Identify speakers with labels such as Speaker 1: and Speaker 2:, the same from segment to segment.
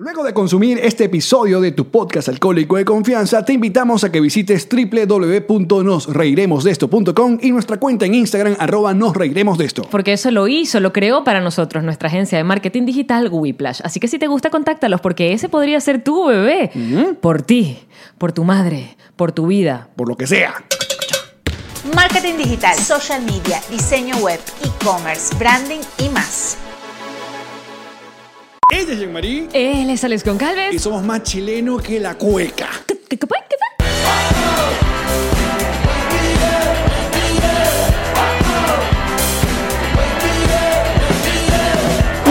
Speaker 1: Luego de consumir este episodio de tu podcast alcohólico de confianza, te invitamos a que visites www.nosreiremosdesto.com y nuestra cuenta en Instagram arroba nosreiremosdesto.
Speaker 2: Porque eso lo hizo, lo creó para nosotros nuestra agencia de marketing digital Whiplash. Así que si te gusta, contáctalos porque ese podría ser tu bebé. Por ti, por tu madre, por tu vida.
Speaker 1: Por lo que sea.
Speaker 3: Marketing digital, social media, diseño web, e-commerce, branding y más.
Speaker 1: Ella es Jean-Marie
Speaker 2: Él es Alex Goncalves.
Speaker 1: y somos más chilenos que la cueca.
Speaker 2: ¿Qué- qué- qué- qué-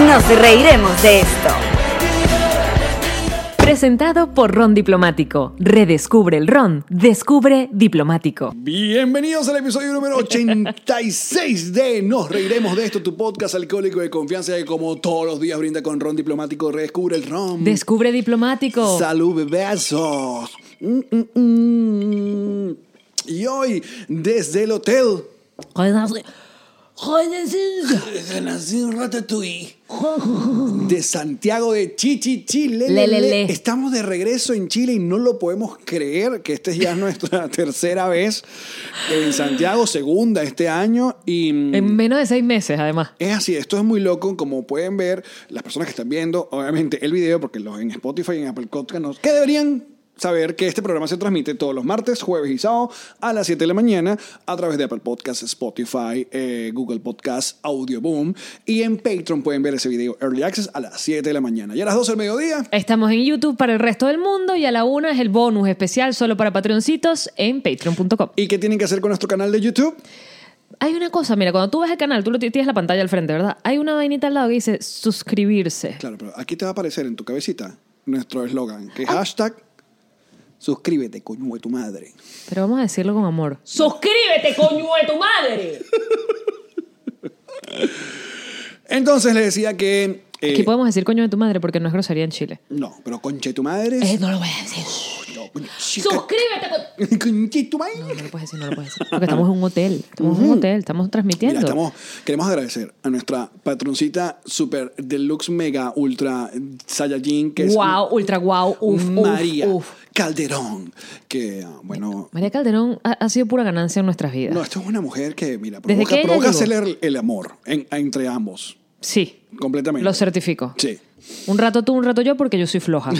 Speaker 3: Nos reiremos de esto.
Speaker 2: Presentado por Ron Diplomático. Redescubre el Ron. Descubre Diplomático.
Speaker 1: Bienvenidos al episodio número 86 de Nos Reiremos de Esto, tu podcast alcohólico de confianza que como todos los días brinda con ron diplomático, redescubre el ron.
Speaker 2: Descubre Diplomático.
Speaker 1: Salud, besos. Mm, mm, mm. Y hoy, desde el hotel. De Santiago de Chichi, Chile.
Speaker 2: Le, le, le.
Speaker 1: Estamos de regreso en Chile y no lo podemos creer que esta es ya nuestra tercera vez en Santiago, segunda este año. Y mm,
Speaker 2: En menos de seis meses, además.
Speaker 1: es así, esto es muy loco, como pueden ver las personas que están viendo, obviamente el video, porque los en Spotify y en Apple Podcast nos- que deberían saber que este programa se transmite todos los martes, jueves y sábado a las 7 de la mañana a través de Apple Podcast, Spotify, eh, Google Podcast, Audio Boom y en Patreon pueden ver ese video Early Access a las 7 de la mañana y a las 12 del mediodía.
Speaker 2: Estamos en YouTube para el resto del mundo y a la una es el bonus especial solo para patroncitos en patreon.com.
Speaker 1: ¿Y qué tienen que hacer con nuestro canal de YouTube?
Speaker 2: Hay una cosa, mira, cuando tú ves el canal, tú lo t- tienes la pantalla al frente, ¿verdad? Hay una vainita al lado que dice suscribirse.
Speaker 1: Claro, pero aquí te va a aparecer en tu cabecita nuestro eslogan, que es hashtag suscríbete, coño de tu madre.
Speaker 2: Pero vamos a decirlo con amor. ¡Suscríbete, coño de tu madre!
Speaker 1: Entonces le decía que... eh,
Speaker 2: Aquí podemos decir coño de tu madre porque no es grosería en Chile.
Speaker 1: No, pero conche tu madre.
Speaker 2: Eh, no lo voy a decir.
Speaker 1: No, coño, chica.
Speaker 2: ¡Suscríbete! co-
Speaker 1: Conche tu madre.
Speaker 2: No, no lo puedes decir, no lo puedes decir. Porque estamos en un hotel. Estamos en un hotel, estamos transmitiendo.
Speaker 1: Mira, estamos, queremos agradecer a nuestra patroncita super deluxe mega ultra Saiyajin que es
Speaker 2: Guau, ultra guau, uf, uf,
Speaker 1: María
Speaker 2: uf.
Speaker 1: Calderón que ah, bueno
Speaker 2: María Calderón ha, ha sido pura ganancia en nuestras vidas.
Speaker 1: no esto es una mujer que mira
Speaker 2: Desde
Speaker 1: provoca,
Speaker 2: que ella
Speaker 1: provoca
Speaker 2: llegó.
Speaker 1: hacerle el, el amor en- entre ambos
Speaker 2: Sí.
Speaker 1: completamente
Speaker 2: Lo certifico.
Speaker 1: sí
Speaker 2: Un rato tú, un rato yo, porque yo soy floja.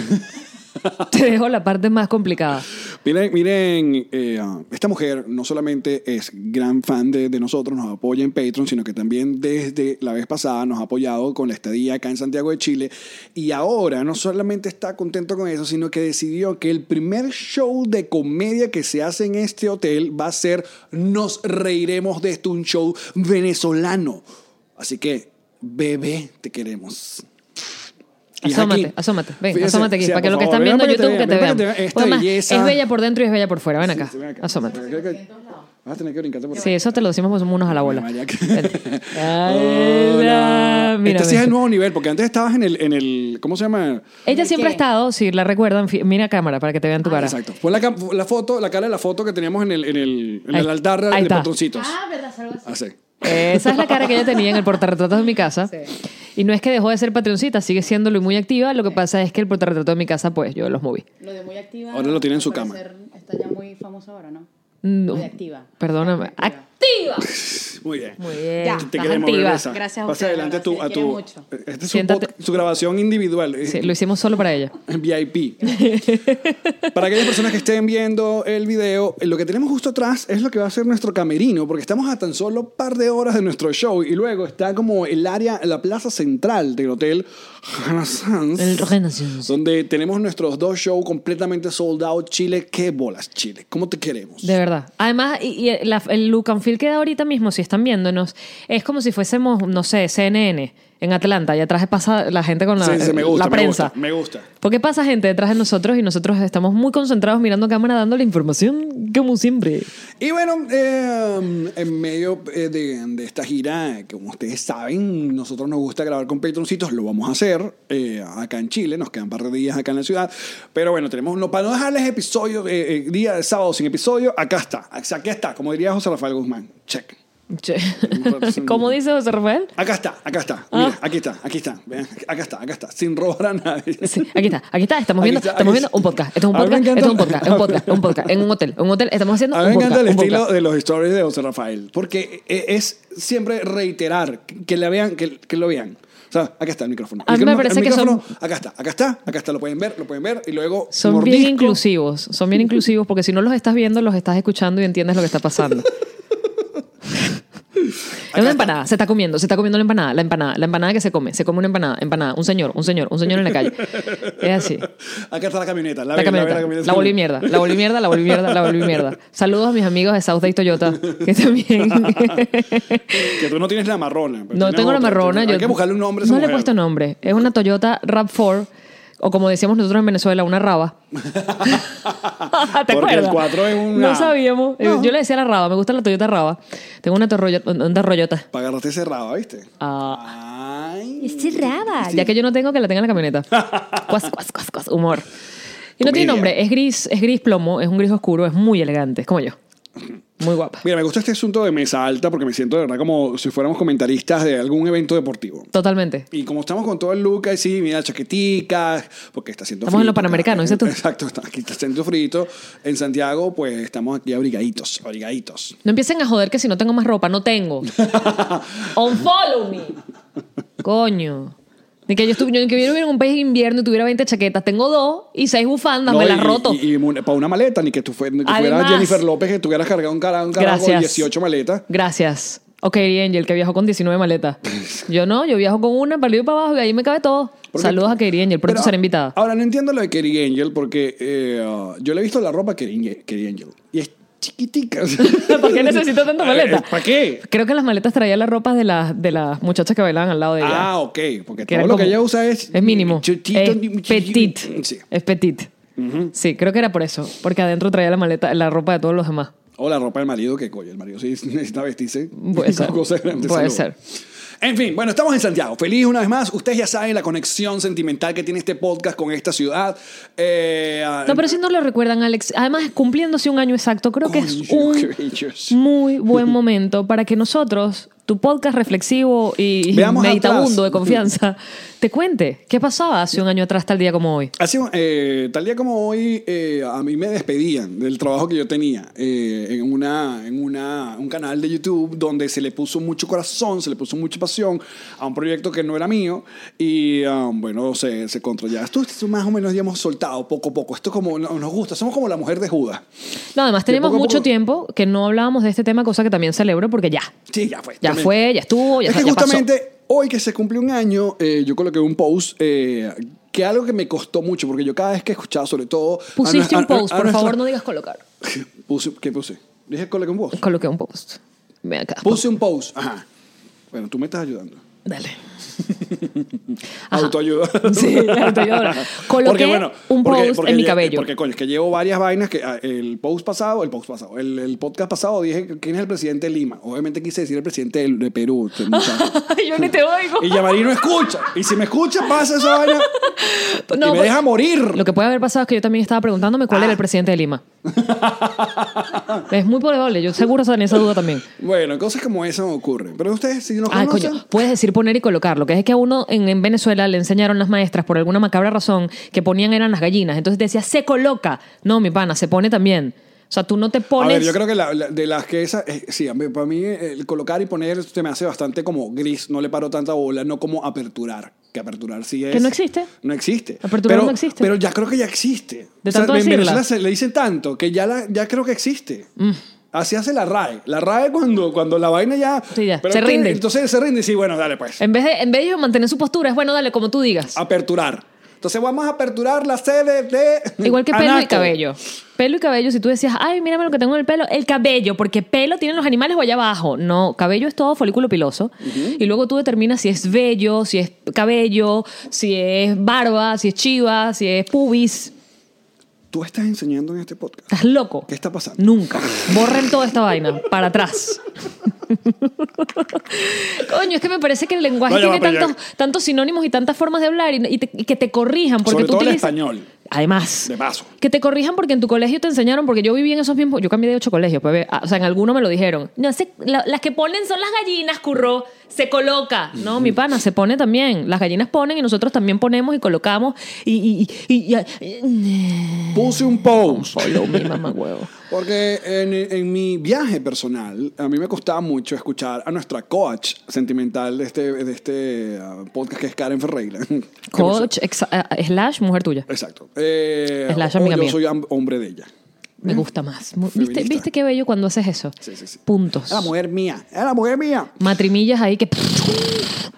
Speaker 2: Te dejo la parte más complicada.
Speaker 1: Miren, miren eh, ah, esta mujer no solamente es gran fan de, de nosotros, nos apoya en Patreon, sino que también desde la vez pasada nos ha apoyado con la estadía acá en Santiago de Chile. Y ahora no solamente está contento con eso, sino que decidió que el primer show de comedia que se hace en este hotel va a ser Nos Reiremos de esto, un show venezolano. Así que, bebé, te queremos. Y es
Speaker 2: Asómate,
Speaker 1: aquí.
Speaker 2: asómate. Ven,
Speaker 1: Fíjense,
Speaker 2: asómate aquí.
Speaker 1: o sea,
Speaker 2: para que
Speaker 1: por
Speaker 2: los que
Speaker 1: favor,
Speaker 2: están
Speaker 1: ven
Speaker 2: viendo
Speaker 1: para
Speaker 2: YouTube que te
Speaker 1: vean,
Speaker 2: vean.
Speaker 1: para que te vean
Speaker 2: Porque además,
Speaker 1: esta
Speaker 2: es
Speaker 1: belleza.
Speaker 2: bella por dentro y es bella por fuera. Ven acá.
Speaker 1: Sí, ven acá.
Speaker 2: Asómate.
Speaker 1: Ven acá. Vas a tener que brincarte por
Speaker 2: Sí, eso te lo decimos porque somos unos a la bola.
Speaker 1: María.
Speaker 2: Vente.
Speaker 1: Hola.
Speaker 2: Hola. Mira,
Speaker 1: este sí es
Speaker 2: ven.
Speaker 1: el nuevo nivel, porque antes estabas en el, en el ¿cómo se llama?
Speaker 2: Ella siempre ha estado, si la recuerdan, fi- mira a cámara para que te vean tu cara.
Speaker 1: Ah, Exacto. Fue la, cam- la foto, la cara de la foto que teníamos en el, en el, en el
Speaker 2: Ahí-
Speaker 1: altar de,
Speaker 2: ahí
Speaker 1: de
Speaker 2: está.
Speaker 1: patroncitos.
Speaker 4: Ah,
Speaker 1: Ah, Así.
Speaker 2: Esa es la cara que ella tenía en el portarretratos de mi casa. Y no es que dejó de ser patroncita, sigue siéndolo y muy activa. Lo que pasa es que el portarretrato de mi casa, pues yo los moví.
Speaker 4: Lo de muy activa.
Speaker 1: Ahora lo tiene en su
Speaker 4: al
Speaker 1: cama.
Speaker 4: parecer, Está ya muy famoso ahora, ¿no?
Speaker 2: No.
Speaker 4: Muy activa.
Speaker 2: Perdóname. ¡Activa!
Speaker 1: Muy bien.
Speaker 2: Muy bien.
Speaker 1: Te
Speaker 2: estás
Speaker 1: queremos,
Speaker 2: activa.
Speaker 1: bebesa.
Speaker 4: Gracias a
Speaker 1: Pasa
Speaker 4: ustedes,
Speaker 1: adelante a tu,
Speaker 4: la
Speaker 1: a
Speaker 4: verdad, se
Speaker 1: tu
Speaker 4: quiere
Speaker 1: Esta es su,
Speaker 2: Siéntate.
Speaker 1: pod- su grabación individual. eh,
Speaker 2: Sí, lo hicimos solo para ella.
Speaker 1: VIP. Para aquellas personas que estén viendo el video, eh, lo que tenemos justo atrás es lo que va a ser nuestro camerino, porque estamos a tan solo un par de horas de nuestro show y luego está como el área, la plaza central del hotel Renaissance.
Speaker 2: El Renaissance.
Speaker 1: Donde tenemos nuestros dos shows completamente sold out. Chile, qué bolas, Chile. ¿Cómo te queremos?
Speaker 2: De verdad. Además, y, y la- el look and feel que da ahorita mismo, si están viéndonos, es como si fuésemos, no sé, CNN. en Atlanta. Y atrás pasa la gente con la,
Speaker 1: Sí, sí, me gusta,
Speaker 2: la
Speaker 1: me
Speaker 2: prensa.
Speaker 1: gusta, me gusta.
Speaker 2: Porque pasa gente detrás de nosotros y nosotros estamos muy concentrados mirando cámara, dando la información como siempre.
Speaker 1: Y bueno, eh, en medio eh, de, de esta gira, eh, como ustedes saben, nosotros nos gusta grabar con patroncitos, lo vamos a hacer eh, acá en Chile, nos quedan un par de días acá en la ciudad, pero bueno, tenemos, no, para no dejarles episodios, eh, eh, día de sábado sin episodio, acá está, aquí está, como diría José Rafael Guzmán, check.
Speaker 2: Che. Como dice José Rafael.
Speaker 1: Acá está, acá está, mira, aquí está, aquí está, vean, acá está, acá está, sin robar a nadie.
Speaker 2: Sí, aquí está, aquí está, estamos
Speaker 1: Aquí
Speaker 2: viendo,
Speaker 1: está,
Speaker 2: estamos
Speaker 1: aquí
Speaker 2: viendo un podcast. Esto es un
Speaker 1: A mí me
Speaker 2: podcast,
Speaker 1: encanta-
Speaker 2: esto es un podcast, es un podcast, es un podcast, en un hotel, en un hotel estamos haciendo
Speaker 1: A mí
Speaker 2: un
Speaker 1: me
Speaker 2: podcast.
Speaker 1: encanta el
Speaker 2: un
Speaker 1: estilo
Speaker 2: podcast.
Speaker 1: de los stories de José Rafael, porque e- es siempre reiterar, que que la vean, que, que lo vean. O sea, acá está el micrófono.
Speaker 2: A mí
Speaker 1: El
Speaker 2: me
Speaker 1: micrófono-
Speaker 2: parece
Speaker 1: el
Speaker 2: que son-
Speaker 1: micrófono, Acá está, acá está, acá está, lo pueden ver, lo pueden ver, y luego...
Speaker 2: Son bien
Speaker 1: mordisco.
Speaker 2: inclusivos, son bien inclusivos porque si no los estás viendo, los estás escuchando y entiendes lo que está pasando. Es una empanada, se está comiendo, se está comiendo la empanada, la empanada, la empanada que se come, se come una empanada, empanada, un señor, un señor, un señor en la calle. Es así.
Speaker 1: Acá está la camioneta, la,
Speaker 2: La
Speaker 1: ven, la ven,
Speaker 2: camioneta, la volví mierda, la volví mierda, la volví mierda, la volví mierda. Saludos a mis amigos de South Day Toyota, que también...
Speaker 1: Que tú no tienes la marrona. pero
Speaker 2: No
Speaker 1: tienes
Speaker 2: tengo la
Speaker 1: otra.
Speaker 2: marrona.
Speaker 1: Hay
Speaker 2: yo-
Speaker 1: que buscarle un nombre a esa
Speaker 2: No le
Speaker 1: mujer.
Speaker 2: he puesto nombre. Es una Toyota RAV4, o como decíamos nosotros en Venezuela, una raba. ¿Te
Speaker 1: Porque el
Speaker 2: acuerdas?
Speaker 1: 4 es una-
Speaker 2: No sabíamos.
Speaker 1: No.
Speaker 2: Yo le decía la raba, me gusta la Toyota raba. Tengo una Torroyo- una Toyota.
Speaker 1: Para agarrarte cerrada, ¿viste?
Speaker 2: Ah.
Speaker 1: Ay. Ah,
Speaker 2: raba. Ya que yo no tengo, que la tenga en la camioneta. Cuas, cuas, cuas, cuas. Humor. Y no tiene
Speaker 1: Comedia.
Speaker 2: nombre. Es gris, es gris plomo, es un gris oscuro, es muy elegante, es como yo. Muy guapa.
Speaker 1: Mira, me gusta este asunto de mesa alta porque me siento de verdad como si fuéramos comentaristas de algún evento deportivo.
Speaker 2: Totalmente.
Speaker 1: Y como estamos con todo el look así, mira, chaqueticas, porque está haciendo
Speaker 2: Estamos en lo
Speaker 1: acá.
Speaker 2: Panamericano, dices tú.
Speaker 1: Exacto, está- aquí está haciendo frito. En Santiago, pues estamos aquí abrigaditos, abrigaditos.
Speaker 2: No empiecen a joder que si no tengo más ropa, no tengo. Unfollow me. Coño. Ni que yo estuviera que yo viviera en un país de invierno y tuviera 20 chaquetas. Tengo dos y seis bufandas,
Speaker 1: No,
Speaker 2: me
Speaker 1: y-
Speaker 2: las roto.
Speaker 1: Y, para una maleta, ni que tú fuer- ni que fueras
Speaker 2: Además-
Speaker 1: Jennifer López, que tuvieras cargado un carajo, un carajo con
Speaker 2: Gracias.
Speaker 1: 18 maletas.
Speaker 2: Gracias. Ok, Angel, que viajó con 19 maletas. Yo no, yo viajo con una, para arriba y para abajo, y ahí me cabe todo.
Speaker 1: Porque-
Speaker 2: Saludos a Katie Angel, por
Speaker 1: Pero ah,
Speaker 2: eso será invitada.
Speaker 1: Ahora, no entiendo lo de Kerry Angel, porque eh, ah, yo le he visto la ropa a Kerry Kerry Angel. Y es chiquitica.
Speaker 2: ¿Para qué necesito tanta maleta?
Speaker 1: Eh, ¿Para qué?
Speaker 2: Creo que en las maletas traía las ropas de las, de las muchachas que bailaban al lado de ella.
Speaker 1: Ah, ok. Porque
Speaker 2: Que
Speaker 1: todo
Speaker 2: era
Speaker 1: lo que
Speaker 2: como-
Speaker 1: ella usa es...
Speaker 2: Es mínimo.
Speaker 1: chutito,
Speaker 2: es
Speaker 1: ni-
Speaker 2: petit.
Speaker 1: Sí.
Speaker 2: Es petit. Sí, creo que era por eso. Porque adentro traía la maleta, la ropa de todos los demás.
Speaker 1: O la ropa del marido, que coño, el marido sí necesita vestirse.
Speaker 2: Puede ser.
Speaker 1: Con cosas grandes,
Speaker 2: Puede
Speaker 1: saludos.
Speaker 2: ser.
Speaker 1: En fin, bueno, estamos en Santiago. Feliz una vez más. Ustedes ya saben la conexión sentimental que tiene este podcast con esta ciudad. Eh,
Speaker 2: No, pero si no lo recuerdan, Alex. Además, cumpliéndose un año exacto, creo que es
Speaker 1: Coño,
Speaker 2: un
Speaker 1: qué bellos.
Speaker 2: muy buen momento para que nosotros, tu podcast reflexivo y
Speaker 1: Veamos
Speaker 2: meditabundo
Speaker 1: atrás.
Speaker 2: de confianza, te cuente qué pasaba hace un año atrás, tal día como hoy.
Speaker 1: Hace, un- eh, tal día como hoy, eh, a mí me despedían del trabajo que yo tenía eh, en, una, en una, un canal de YouTube donde se le puso mucho corazón, se le puso mucha pasión a un proyecto que no era mío y um, bueno, se, se contra ya. Esto, esto más o menos ya hemos soltado poco a poco. Esto como no- nos gusta, somos como la mujer de Judas.
Speaker 2: No, además
Speaker 1: De
Speaker 2: tenemos
Speaker 1: poco a
Speaker 2: mucho
Speaker 1: poco-
Speaker 2: tiempo que no hablábamos de este tema, cosa que también celebro porque ya.
Speaker 1: Sí, ya fue.
Speaker 2: Ya
Speaker 1: también.
Speaker 2: fue, ya estuvo, ya,
Speaker 1: es que
Speaker 2: ya pasó.
Speaker 1: justamente hoy que se cumple un año, eh, yo coloqué un post eh, que algo que me costó mucho, porque yo cada vez que escuchaba, sobre todo. a
Speaker 2: Pusiste
Speaker 1: nues-
Speaker 2: un
Speaker 1: a- a-
Speaker 2: post,
Speaker 1: a
Speaker 2: por
Speaker 1: nuestra-
Speaker 2: favor no digas colocar.
Speaker 1: Puse- ¿Qué puse? Dije coloqué un post.
Speaker 2: Coloqué un post. Ven acá.
Speaker 1: Puse un post. Ajá. Bueno, tú me estás ayudando.
Speaker 2: Dale.
Speaker 1: Autoayuda.
Speaker 2: Sí, la autoayuda. Coloqué un post en mi
Speaker 1: lle-
Speaker 2: cabello.
Speaker 1: Porque, coño, es que llevo varias vainas que ah, el post pasado, el post pasado, el, el podcast pasado dije quién es el presidente de Lima. Obviamente quise decir el presidente del- de, Perú. este muchacho.
Speaker 2: Yo ni te oigo.
Speaker 1: y Yamari no escucha. Y si me escucha, pasa esa vaina.
Speaker 2: No,
Speaker 1: y me
Speaker 2: pues-
Speaker 1: deja morir.
Speaker 2: Lo que puede haber pasado es que yo también estaba preguntándome cuál
Speaker 1: Ah.
Speaker 2: era el presidente de Lima. es muy probable, yo seguro tenía esa duda también.
Speaker 1: Bueno, cosas como esas ocurren. Pero ustedes, si nos
Speaker 2: Ay,
Speaker 1: conocen.
Speaker 2: coño, puedes decir poner y colocar. Lo que es que a uno en, en Venezuela le enseñaron las maestras por alguna macabra razón que ponían eran las gallinas. Entonces decía, se coloca. No, mi pana, se pone también. O sea, tú no te pones.
Speaker 1: A ver, yo creo que la- la- de las que esas, eh, sí, a mí- para mí eh, el colocar y poner se me hace bastante como gris, no le paro tanta bola, no como aperturar, que aperturar sí es...
Speaker 2: ¿Que no existe?
Speaker 1: No existe.
Speaker 2: Aperturar
Speaker 1: pero,
Speaker 2: no existe.
Speaker 1: Pero ya creo que ya existe.
Speaker 2: De tanto
Speaker 1: en
Speaker 2: decirla. Mm.
Speaker 1: Venezuela se le dicen tanto que ya, la, ya creo que existe. Así hace la RAE. La RAE cuando, cuando la vaina ya...
Speaker 2: Sí, ya,
Speaker 1: pero
Speaker 2: se
Speaker 1: es que-
Speaker 2: rinde.
Speaker 1: Entonces se rinde y sí, bueno, dale pues.
Speaker 2: En vez de, en vez de ellos mantener su postura, es bueno, dale, como tú digas.
Speaker 1: Aperturar. Entonces vamos a aperturar la sede de.
Speaker 2: Igual que pelo y
Speaker 1: Anaco.
Speaker 2: cabello. Pelo y cabello, si tú decías, ay, mírame lo que tengo en el pelo, el cabello, porque pelo tienen los animales o allá abajo. No, cabello es todo folículo piloso. Y luego tú determinas si es vello, si es cabello, si es barba, si es chiva, si es pubis.
Speaker 1: Tú estás enseñando en este podcast.
Speaker 2: Estás loco.
Speaker 1: ¿Qué está pasando?
Speaker 2: Nunca. Borren toda esta vaina. Para atrás. Coño, es que me parece que el lenguaje
Speaker 1: No, ya va,
Speaker 2: tiene
Speaker 1: pero ya-
Speaker 2: tantos, tantos sinónimos y tantas formas de hablar y, y te- y que te corrijan. Porque
Speaker 1: Sobre
Speaker 2: tú
Speaker 1: todo el
Speaker 2: utilizas-
Speaker 1: español.
Speaker 2: Además.
Speaker 1: De paso.
Speaker 2: Que te corrijan porque en tu colegio te enseñaron, porque yo viví en esos mismos. Yo cambié de ocho colegios, pues, ve, ah, o sea, en alguno me lo dijeron. No, se- la- las que ponen son las gallinas, curro. Se coloca. No, mi pana, se pone también. Las gallinas ponen y nosotros también ponemos y colocamos. Y. y, y- y-
Speaker 1: Puse un post.
Speaker 2: Follow me, mamá huevo.
Speaker 1: Porque en, en mi viaje personal, a mí me costaba mucho escuchar a nuestra coach sentimental de este, de este ah, podcast que es Karen Ferreira.
Speaker 2: Coach, exa- eh, slash, mujer tuya.
Speaker 1: Exacto. Eh,
Speaker 2: Es la
Speaker 1: o
Speaker 2: amiga
Speaker 1: yo
Speaker 2: mía.
Speaker 1: soy am- hombre de ella.
Speaker 2: Me gusta más. Mu- ¿Viste,
Speaker 1: Feminista.
Speaker 2: ¿Viste qué bello cuando haces eso?
Speaker 1: Sí, sí, Ah, sí.
Speaker 2: Puntos.
Speaker 1: Es la mujer mía. Es la mujer mía.
Speaker 2: Matrimillas ahí que.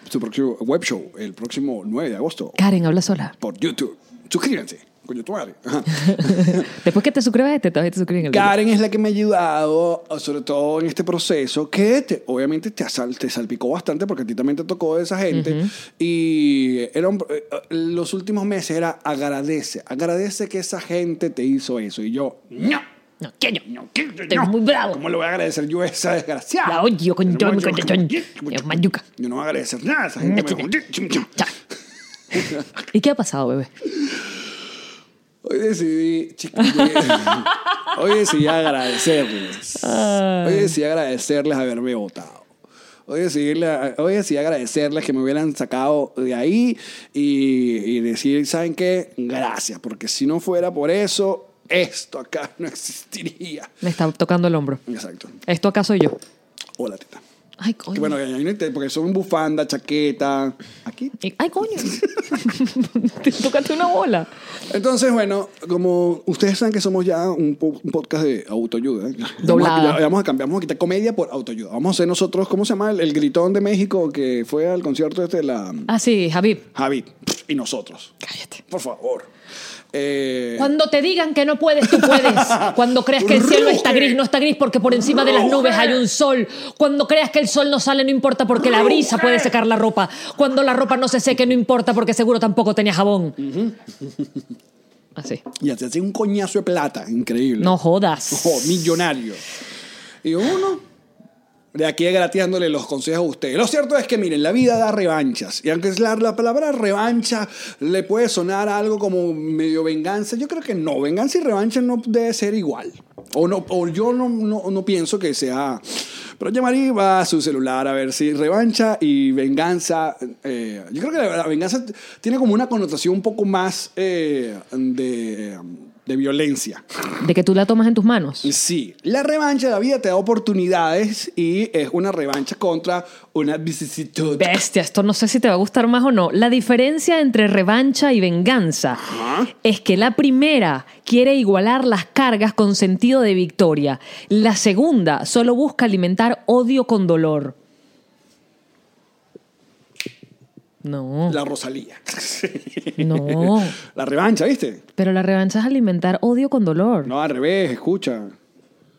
Speaker 1: Su próximo web show, el próximo 9 de agosto,
Speaker 2: Karen, habla sola.
Speaker 1: por YouTube. Suscríbanse. Coño, tu madre. Ajá.
Speaker 2: Después que te suscribas a este, todavía te suscriben al video.
Speaker 1: Karen es la que me ha ayudado, sobre todo en este proceso, que te- obviamente te, asal- te salpicó bastante porque a ti también te tocó esa gente. Y era un- eh, los últimos meses era agradece, agradece que esa gente te hizo eso. Y yo, no.
Speaker 2: No, ¿quién yo?
Speaker 1: No, ¿qué?
Speaker 2: Estoy
Speaker 1: No.
Speaker 2: muy bravo.
Speaker 1: ¿Cómo le voy a agradecer yo a esa desgraciada?
Speaker 2: La odio con todo mi
Speaker 1: Yo-
Speaker 2: corazón.
Speaker 1: yo-
Speaker 2: Es mayuca.
Speaker 1: Yo no voy a agradecer nada a esa gente. me dejó-
Speaker 2: Cha. ¿Y qué ha pasado, bebé?
Speaker 1: Hoy decidí, chiquillos, hoy decidí agradecerles. Hoy decidí agradecerles haberme votado. Hoy decidí, la- hoy decidí agradecerles que me hubieran sacado de ahí y, y decir, ¿saben qué? Gracias, porque si no fuera por eso, esto acá no existiría.
Speaker 2: Me está tocando el hombro.
Speaker 1: Exacto.
Speaker 2: ¿Esto acaso yo?
Speaker 1: Hola, tita.
Speaker 2: Ay,
Speaker 1: Que
Speaker 2: coño.
Speaker 1: bueno, ahí no te- porque son bufanda, chaqueta. Aquí.
Speaker 2: Y- Ay, coño. te tocaste una bola.
Speaker 1: Entonces, bueno, como ustedes saben que somos ya un, po- un podcast de autoayuda. ¿eh?
Speaker 2: Doblada.
Speaker 1: Vamos a, ya vamos a cambiar, vamos a quitar comedia por autoayuda. Vamos a hacer nosotros, ¿cómo se llama? El, el gritón de México que fue al concierto este de la
Speaker 2: Ah, sí, Javi.
Speaker 1: Javi. Y nosotros.
Speaker 2: Cállate.
Speaker 1: Por favor. Eh,
Speaker 2: Cuando te digan que no puedes, tú puedes. Cuando creas que el cielo está gris, no está gris porque por encima de las nubes hay un sol. Cuando creas que el sol no sale, no importa porque la brisa puede secar la ropa. Cuando la ropa no se seque, no importa porque seguro tampoco tenía jabón. Así.
Speaker 1: y así así un coñazo de plata. Increíble.
Speaker 2: No jodas.
Speaker 1: Ojo, Oh, millonario. Y uno, de aquí gratiándole los consejos a ustedes. Lo cierto es que, miren, la vida da revanchas. Y aunque es la, la palabra revancha le puede sonar a algo como medio venganza, yo creo que no. Venganza y revancha no debe ser igual. O, no, o yo no, no- no pienso que sea. Pero llamaría va a su celular a ver si revancha y venganza. eh, yo creo que la, la venganza t- tiene como una connotación un poco más eh, de- de violencia.
Speaker 2: De que tú la tomas en tus manos.
Speaker 1: Sí, la revancha de la vida te da oportunidades y es una revancha contra una vicisitud.
Speaker 2: Bestia, esto no sé si te va a gustar más o no. La diferencia entre revancha y venganza es que la primera quiere igualar las cargas con sentido de victoria. La segunda solo busca alimentar odio con dolor. No,
Speaker 1: La Rosalía.
Speaker 2: no.
Speaker 1: La revancha, ¿viste?
Speaker 2: Pero la revancha es alimentar odio con dolor.
Speaker 1: No, al revés, escucha.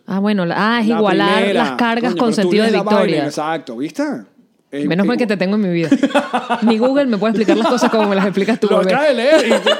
Speaker 2: Ah, bueno, la- ah, es
Speaker 1: La
Speaker 2: igualar
Speaker 1: primera.
Speaker 2: las cargas
Speaker 1: Coño,
Speaker 2: con
Speaker 1: pero tú
Speaker 2: sentido de
Speaker 1: lees la vaina,
Speaker 2: victoria.
Speaker 1: exacto, ¿viste? Eh,
Speaker 2: Menos
Speaker 1: eh,
Speaker 2: mal que te tengo en mi vida. Ni Google me puede explicar las cosas como me las explicas tú.
Speaker 1: Lo
Speaker 2: bebé.
Speaker 1: acabas de leer y te-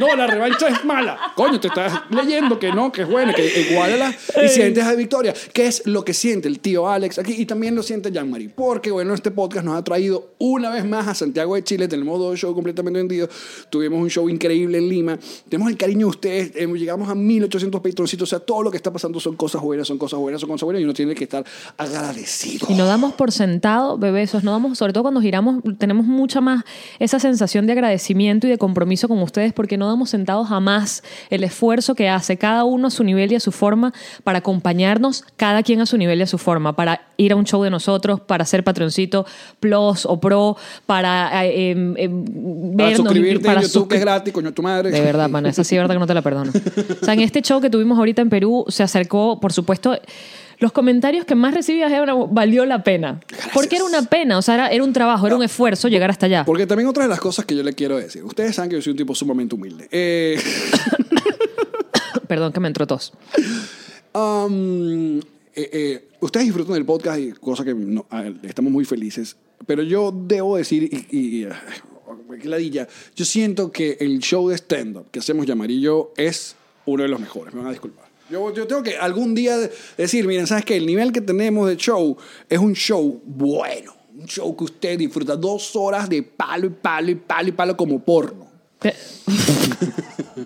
Speaker 1: No, la revancha es mala. Coño, te estás leyendo que no, que es buena, que igualala y sientes a victoria. ¿Qué es lo que siente el tío Alex aquí? Y también lo siente Jean-Marie. Porque, bueno, este podcast nos ha traído una vez más a Santiago de Chile. Tenemos dos shows completamente vendidos. Tuvimos un show increíble en Lima. Tenemos el cariño de ustedes. Eh, Llegamos a 1800 patroncitos. O sea, todo lo que está pasando son cosas buenas, son cosas buenas, son cosas buenas. Y uno tiene que estar agradecido.
Speaker 2: Y no damos por sentado, bebé, esos no damos, sobre todo cuando giramos, tenemos mucha más esa sensación de agradecimiento y de compromiso con ustedes, porque no damos sentado jamás el esfuerzo que hace cada uno a su nivel y a su forma para acompañarnos, cada quien a su nivel y a su forma, para ir a un show de nosotros, para ser patroncito plus o pro, para eh, eh, eh,
Speaker 1: Para
Speaker 2: vernos,
Speaker 1: suscribirte
Speaker 2: para
Speaker 1: en YouTube, que es
Speaker 2: suscri-
Speaker 1: gratis, coño, tu madre.
Speaker 2: de verdad, pana, esa sí es verdad que no te la perdono. O sea, en este show que tuvimos ahorita en Perú, se acercó, por supuesto, los comentarios que más recibías eran valió la pena. Porque era una pena, o sea, era, era un trabajo, era un esfuerzo llegar hasta allá.
Speaker 1: Porque también otra de las cosas que yo le quiero decir. Ustedes saben que yo soy un tipo sumamente humilde. Eh,
Speaker 2: Perdón que me entró tos.
Speaker 1: um, eh, eh, ustedes disfrutan del podcast y cosa que no- a- estamos muy felices. Pero yo debo decir, y, y- y, ah, qué ladilla, yo siento que el show de stand-up que hacemos Llamarillo es uno de los mejores. Me van a disculpar. Yo, yo tengo que algún día decir, miren, ¿sabes qué? El nivel que tenemos de show es un show bueno. Un show que usted disfruta dos horas de palo y palo y palo y palo como porno.
Speaker 2: Te-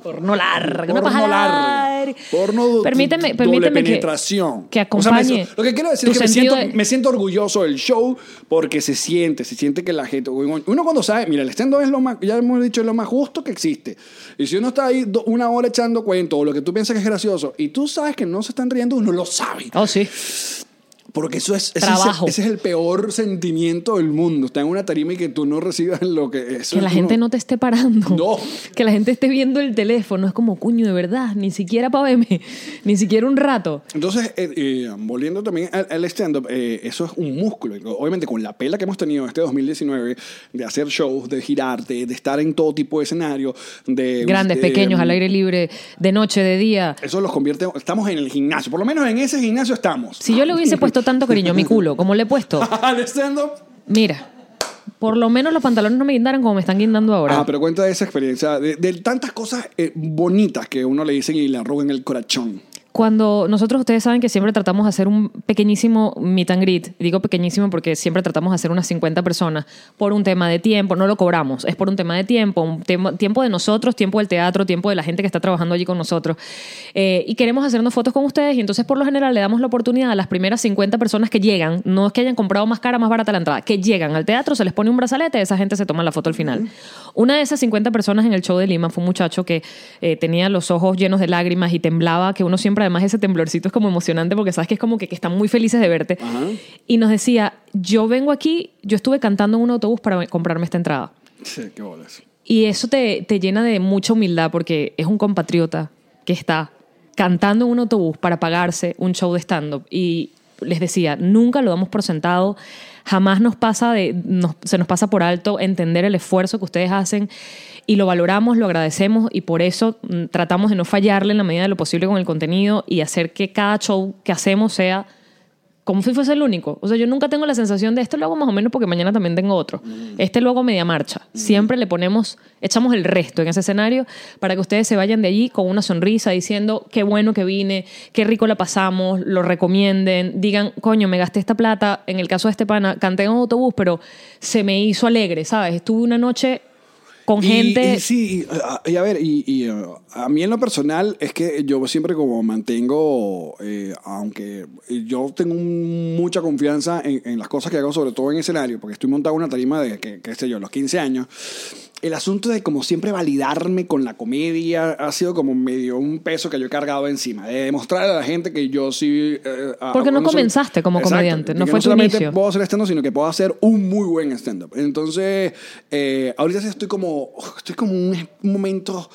Speaker 2: Porno Eh, largo, una
Speaker 1: Porno
Speaker 2: paja
Speaker 1: largo.
Speaker 2: larga.
Speaker 1: Porno do-
Speaker 2: permíteme,
Speaker 1: doble
Speaker 2: permíteme que-
Speaker 1: penetración.
Speaker 2: Que,
Speaker 1: O sea, me-
Speaker 2: acompañe.
Speaker 1: lo que quiero decir
Speaker 2: tu
Speaker 1: es que me
Speaker 2: sentido
Speaker 1: siento,
Speaker 2: de-
Speaker 1: me siento orgulloso del show porque se siente, se siente que la gente. Uno cuando sabe, mira, el stand-up es lo más, ya hemos dicho, es lo más justo que existe. Y si uno está ahí do- una hora echando cuento o lo que tú piensas que es gracioso y tú sabes que no se están riendo, uno lo sabe.
Speaker 2: Oh, sí.
Speaker 1: Porque eso es. ese
Speaker 2: Trabajo.
Speaker 1: Es, ese es el peor sentimiento del mundo. Está en una tarima y que tú no recibas lo que. eso
Speaker 2: Que la
Speaker 1: es
Speaker 2: gente
Speaker 1: uno-
Speaker 2: no te esté parando.
Speaker 1: No.
Speaker 2: Que la gente esté viendo el teléfono. Es como, cuño, de verdad, ni siquiera pa' verme. Ni siquiera un rato.
Speaker 1: Entonces, eh, eh, volviendo también al, al stand-up, eh, eso es un músculo. Obviamente, con la pela que hemos tenido este 2019 de hacer shows, de girarte, de estar en todo tipo de escenario, de.
Speaker 2: Grandes,
Speaker 1: eh,
Speaker 2: pequeños, al aire libre, de noche, de día.
Speaker 1: Eso los convierte. Estamos en el gimnasio. Por lo menos en ese gimnasio estamos.
Speaker 2: Si yo le hubiese puesto tanto cariño a mi culo como le he puesto,
Speaker 1: al stand-up.
Speaker 2: mira, por lo menos los pantalones no me guindaron como me están guindando ahora.
Speaker 1: Ah, pero cuenta de esa experiencia, de, de tantas cosas eh, bonitas que uno le dicen y le arrugan el corazón.
Speaker 2: Cuando nosotros, ustedes saben que siempre tratamos de hacer un pequeñísimo meet and greet, digo pequeñísimo porque siempre tratamos de hacer unas 50 personas por un tema de tiempo, no lo cobramos, es por un tema de tiempo, un tema- tiempo de nosotros, tiempo del teatro, tiempo de la gente que está trabajando allí con nosotros. Eh, y queremos hacernos fotos con ustedes y entonces por lo general le damos la oportunidad a las primeras 50 personas que llegan, no es que hayan comprado más cara, más barata la entrada, que llegan al teatro, se les pone un brazalete, esa gente se toma la foto al final. Una de esas 50 personas en el show de Lima fue un muchacho que eh, tenía los ojos llenos de lágrimas y temblaba, que uno siempre además ese temblorcito es como emocionante porque sabes que es como que, que están muy felices de verte. Y nos decía, yo vengo aquí, yo estuve cantando en un autobús para comprarme esta entrada.
Speaker 1: Sí, qué bolas.
Speaker 2: Y eso te, te llena de mucha humildad porque es un compatriota que está cantando en un autobús para pagarse un show de stand-up. Y les decía, nunca lo damos por sentado, jamás nos pasa de, nos- se nos pasa por alto entender el esfuerzo que ustedes hacen y lo valoramos, lo agradecemos y por eso mm, tratamos de no fallarle en la medida de lo posible con el contenido y hacer que cada show que hacemos sea como si fuese el único. O sea, yo nunca tengo la sensación de esto lo hago más o menos porque mañana también tengo otro.
Speaker 1: Mm.
Speaker 2: Este lo hago media marcha. Siempre le ponemos, echamos el resto en ese escenario para que ustedes se vayan de allí con una sonrisa diciendo qué bueno que vine, qué rico la pasamos, lo recomienden, digan, coño, me gasté esta plata. En el caso de este pana, canté en un autobús, pero se me hizo alegre, ¿sabes? Estuve una noche con
Speaker 1: Y-
Speaker 2: gente.
Speaker 1: Y, sí, y, a- y a ver, y, y, uh, a mí en lo personal es que yo siempre como mantengo, eh, aunque yo tengo un- mucha confianza en, en las cosas que hago, sobre todo en escenario, porque estoy montado en una tarima de, que- qué sé yo, los 15 años. El asunto de como siempre validarme con la comedia ha sido como medio un peso que yo he cargado encima, de demostrar a la gente que yo sí... eh, a-
Speaker 2: Porque no
Speaker 1: sol-
Speaker 2: comenzaste como comediante,
Speaker 1: y
Speaker 2: no
Speaker 1: que
Speaker 2: fue tu
Speaker 1: solamente
Speaker 2: inicio.
Speaker 1: puedo hacer stand-up, sino que puedo hacer un muy buen stand-up. Entonces, eh, ahorita sí estoy como, estoy como un momento,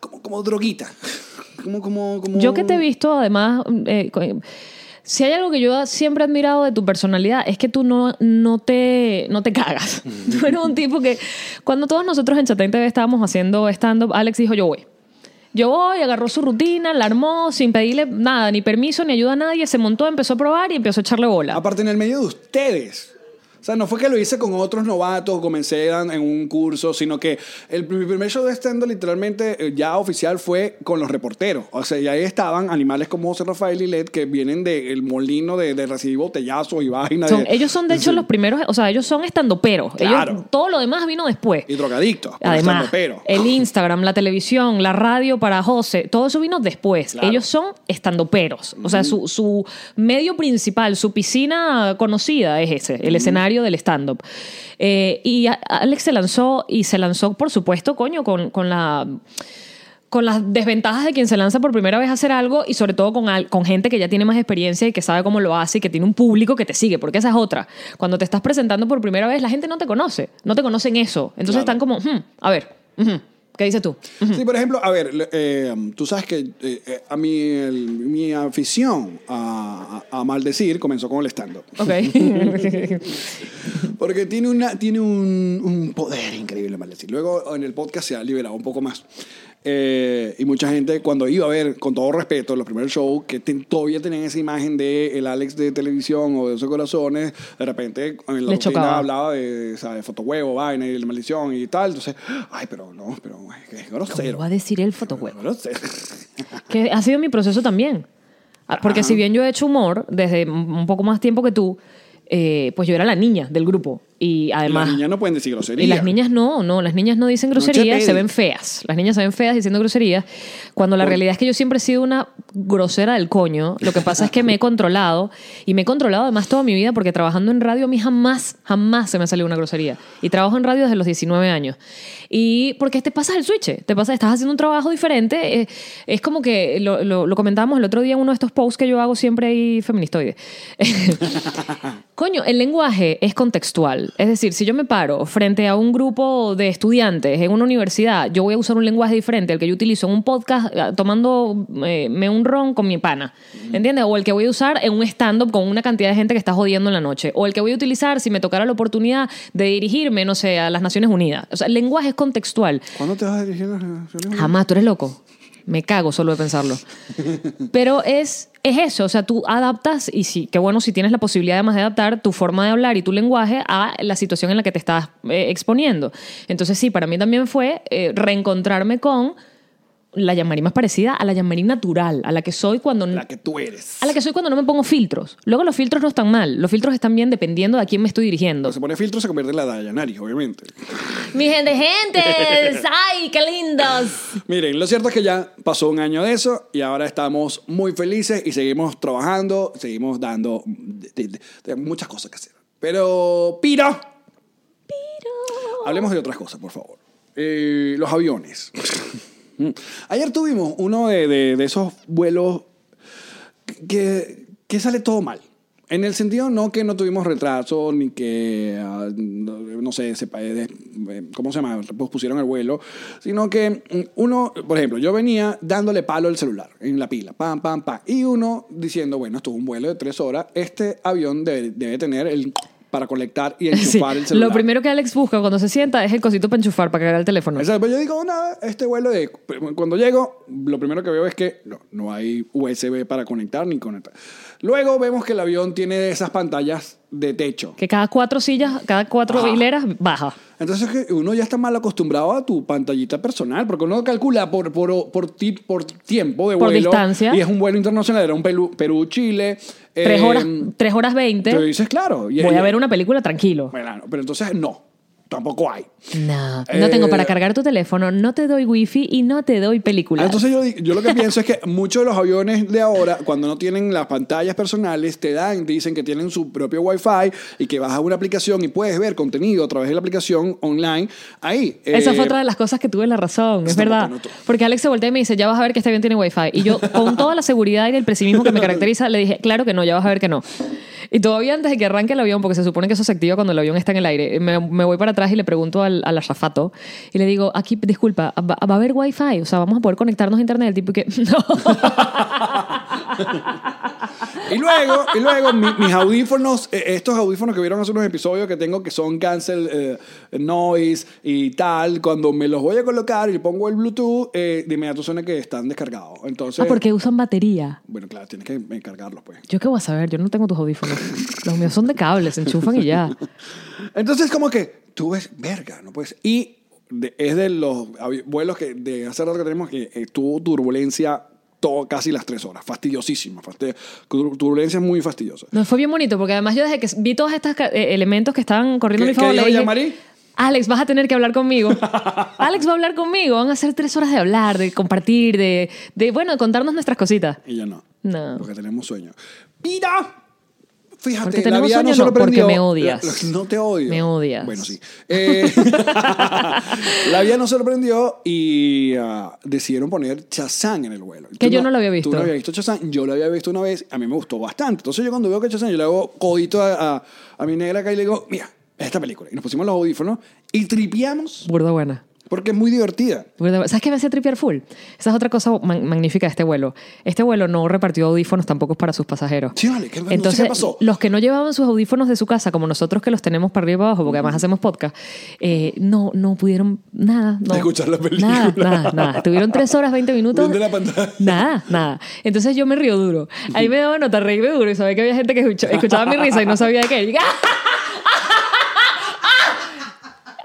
Speaker 1: como, como droguita. Como, como, como...
Speaker 2: Yo que te he visto, además, eh, co- si hay algo que yo siempre he admirado de tu personalidad, es que tú no, no, te, no te cagas. tú eres un tipo que, cuando todos nosotros en Chatén TV estábamos haciendo stand-up, Alex dijo, yo voy. Yo voy, agarró su rutina, la armó, sin pedirle nada, ni permiso, ni ayuda a nadie, se montó, empezó a probar y empezó a echarle bola.
Speaker 1: Aparte, en el medio de ustedes. O sea, no fue que lo hice con otros novatos, comencé en en un curso, sino que el, mi primer show de stand-up literalmente eh, ya oficial fue con los reporteros. O sea, y ahí estaban animales como José Rafael y Led que vienen del molino de, de recibir botellazos y vainas.
Speaker 2: Son- ellos son, de hecho, los primeros, o sea, ellos son estandoperos.
Speaker 1: Claro.
Speaker 2: Ellos, todo lo demás vino después.
Speaker 1: Y drogadictos. pero
Speaker 2: Además,
Speaker 1: estandoperos.
Speaker 2: el Instagram, la televisión, la radio para José, todo eso vino después.
Speaker 1: Claro.
Speaker 2: Ellos son estandoperos. O sea, su, su medio principal, su piscina conocida es ese, el escenario del stand-up. Eh, y a- Alex se lanzó, y se lanzó, por supuesto, coño, con, con la con las desventajas de quien se lanza por primera vez a hacer algo y sobre todo con, al- con gente que ya tiene más experiencia y que sabe cómo lo hace y que tiene un público que te sigue, porque esa es otra. Cuando te estás presentando por primera vez, la gente no te conoce, no te conocen eso. Entonces
Speaker 1: Claro.
Speaker 2: están como, "Hmm, a ver, ujú, ¿Qué dices tú?
Speaker 1: Sí, por ejemplo, a ver, le- eh, tú sabes que eh, eh, a mí el- mi afición a, a- a maldecir comenzó con el stand-up.
Speaker 2: Ok.
Speaker 1: Porque tiene, una, tiene un, un poder increíble maldecir. Luego en el podcast se ha liberado un poco más. Eh, y mucha gente cuando iba a ver, con todo respeto, los primeros shows que ten- todavía tenían esa imagen de el Alex de televisión o de esos corazones, de repente en la rutina
Speaker 2: chocaba.
Speaker 1: hablaba de, ¿sabes? Fotohuevo, vaina y la maldición y tal. Entonces, ay, pero no, pero es que es grosero.
Speaker 2: Voy a decir el fotohuevo.
Speaker 1: Grosero.
Speaker 2: Que ha sido mi proceso también. Ah, Porque si bien yo he hecho humor desde m- un poco más tiempo que tú, eh, pues yo era la niña del grupo. Y además...
Speaker 1: Las niñas no pueden decir grosería.
Speaker 2: Y las niñas no, no, las niñas no dicen groserías, se
Speaker 1: chapeen.
Speaker 2: ven feas. Las niñas se ven feas diciendo groserías, cuando la
Speaker 1: Por-
Speaker 2: realidad es que yo siempre he sido una grosera del coño. Lo que pasa es que me he controlado y me he controlado además toda mi vida porque trabajando en radio a mí jamás, jamás se me ha salido una grosería. Y trabajo en radio desde los 19 años. Y porque te pasas el switch, te pasas, estás haciendo un trabajo diferente. eh, es como que lo, lo, lo comentábamos el otro día en uno de estos posts que yo hago siempre ahí feministoide. Coño, el lenguaje es contextual. Es decir, si yo me paro frente a un grupo de estudiantes en una universidad, yo voy a usar un lenguaje diferente al que yo utilizo en un podcast eh, tomando eh, me un ron con mi pana. ¿Entiendes? O el que voy a usar en un stand-up con una cantidad de gente que está jodiendo en la noche. O el que voy a utilizar si me tocara la oportunidad de dirigirme, no sé, a las Naciones Unidas. O sea, el lenguaje es contextual.
Speaker 1: ¿Cuándo te vas a dirigir a las Naciones Unidas?
Speaker 2: Jamás, tú eres loco. Me cago solo de pensarlo. Pero es, es eso, o sea, tú adaptas y sí, qué bueno si tienes la posibilidad además de adaptar tu forma de hablar y tu lenguaje a la situación en la que te estás eh, exponiendo. Entonces sí, para mí también fue eh, reencontrarme con la Yanmarí más parecida a la Yanmarí natural, a la que soy cuando...
Speaker 1: La que tú eres.
Speaker 2: A la que soy cuando no me pongo filtros. Luego los filtros no están mal. Los filtros están bien dependiendo de a quién me estoy dirigiendo.
Speaker 1: Cuando se pone filtro se convierte en la Dayanari, obviamente.
Speaker 2: ¡Mi gente, gente! ¡Ay, qué lindos!
Speaker 1: Miren, lo cierto es que ya pasó un año de eso y ahora estamos muy felices y seguimos trabajando, seguimos dando de- de- de muchas cosas que hacer. Pero, Piro. Piro. Hablemos de otras cosas, por favor. Eh, los aviones. Ayer tuvimos uno de, de- de esos vuelos que, que sale todo mal. En el sentido no que no tuvimos retraso, ni que, ah, no, no sé, se pa- eh, ¿cómo se llama? Pospusieron el vuelo, sino que mm, uno, por ejemplo, yo venía dándole palo al celular en la pila, pam, pam, pam, y uno diciendo, bueno, esto es un vuelo de tres horas, este avión debe, debe tener el para conectar y
Speaker 2: Sí,
Speaker 1: enchufar el celular.
Speaker 2: Lo primero que Alex busca cuando se sienta es el cosito para enchufar, para cargar el teléfono.
Speaker 1: Exacto, pero yo digo, nada, este vuelo de... Cuando llego, lo primero que veo es que no, no hay USB para conectar ni conectar. Luego vemos que el avión tiene esas pantallas de techo.
Speaker 2: Que cada cuatro sillas, cada cuatro
Speaker 1: Ajá.
Speaker 2: hileras, baja.
Speaker 1: Entonces que uno ya está mal acostumbrado a tu pantallita personal, porque uno calcula por, por, por, ti- por tiempo de
Speaker 2: Por
Speaker 1: vuelo.
Speaker 2: distancia.
Speaker 1: Y es un vuelo internacional, era un Perú-Chile.
Speaker 2: Tres horas, tres horas veinte.
Speaker 1: Te em, dices, claro. y-
Speaker 2: Voy
Speaker 1: y-
Speaker 2: a ver una película tranquilo.
Speaker 1: Bueno, pero entonces no, tampoco hay.
Speaker 2: No,
Speaker 1: Eh, Ah,
Speaker 2: no tengo para cargar tu teléfono, no te doy wifi y no te doy película.
Speaker 1: Entonces yo, yo lo que pienso es que muchos de los aviones de ahora, cuando no tienen las pantallas personales, te dan, dicen que tienen su propio wifi y que bajas una aplicación y puedes ver contenido a través de la aplicación online. Ahí.
Speaker 2: Esa
Speaker 1: eh,
Speaker 2: fue otra de las cosas que tuve la razón, es
Speaker 1: no,
Speaker 2: verdad.
Speaker 1: no, no, no.
Speaker 2: Porque Alex se voltea y me dice, ya vas a ver que este avión tiene wifi. Y yo, con toda la seguridad y el pesimismo que me caracteriza, le dije, claro que no, ya vas a ver que no. Y todavía antes de que arranque el avión, porque se supone que eso se activa cuando el avión está en el aire, me, me voy para atrás y le pregunto al, al azafato y le digo, aquí, disculpa, ¿va, va a haber wifi? O sea, ¿vamos a poder conectarnos a internet? El tipo que, no.
Speaker 1: Y luego, y luego mi- mis audífonos, eh, estos audífonos que vieron hace unos episodios que tengo que son cancel eh, noise y tal, cuando me los voy a colocar y pongo el Bluetooth, eh, de inmediato suena que están descargados. Entonces,
Speaker 2: ah, porque usan batería.
Speaker 1: bueno, claro, tienes que eh, cargarlos pues.
Speaker 2: Yo qué voy a saber, yo no tengo tus audífonos. Los míos son de cables, se enchufan y ya.
Speaker 1: Entonces, como que tú ves, verga, no puedes. Y de- es de los avi- vuelos que de hace rato que tenemos que eh, tuvo turbulencia todo, casi las tres horas. Fastidiosísima. fasti- tur- turbulencia muy fastidiosa.
Speaker 2: No, fue bien bonito, porque además yo desde que vi todos estos ca- eh, elementos que estaban corriendo a
Speaker 1: ¿Qué-
Speaker 2: mi favor,
Speaker 1: qué
Speaker 2: le
Speaker 1: dijo
Speaker 2: dije,
Speaker 1: Yamari?
Speaker 2: Alex, vas a tener que hablar conmigo. Alex va a hablar conmigo. Van a ser tres horas de hablar, de compartir, de, de bueno, de contarnos nuestras cositas.
Speaker 1: Y ya no.
Speaker 2: No.
Speaker 1: Porque tenemos sueño. ¡Mira! Fíjate,
Speaker 2: Porque
Speaker 1: la
Speaker 2: tenemos
Speaker 1: vida
Speaker 2: sueño,
Speaker 1: no
Speaker 2: no, porque
Speaker 1: sorprendió.
Speaker 2: me odias.
Speaker 1: No te odio.
Speaker 2: Me odias.
Speaker 1: Bueno, sí. Eh, la vida nos sorprendió y ah, decidieron poner Chazán en el vuelo.
Speaker 2: Que
Speaker 1: Tú
Speaker 2: yo no lo había visto.
Speaker 1: Tú no habías visto Chazán, yo lo había visto una vez, a mí me gustó bastante. Entonces yo cuando veo que Chazán, yo le hago codito a, a- a mi negra acá y le digo, mira, esta película. Y nos pusimos los audífonos y tripeamos
Speaker 2: Burda buena.
Speaker 1: Porque es muy divertida.
Speaker 2: Porque, ¿Sabes qué me hacía tripear full? Esa es otra cosa man- magnífica de este vuelo. Este vuelo no repartió audífonos tampoco para sus pasajeros.
Speaker 1: Sí, vale, que no sé
Speaker 2: Entonces,
Speaker 1: qué pasó.
Speaker 2: los que no llevaban sus audífonos de su casa, como nosotros que los tenemos para arriba y para abajo, porque además hacemos podcast, eh, no, no pudieron nada. No,
Speaker 1: Escuchar la película.
Speaker 2: Nada, nada, nada. Estuvieron Ah, tres horas, 20 minutos.
Speaker 1: Viendo la pantalla.
Speaker 2: Nada, nada. Entonces yo me río duro. Ahí me daba nota, reírme duro y sabía que había gente que escucha- escuchaba mi risa y no sabía de qué. Y yo, "Ah,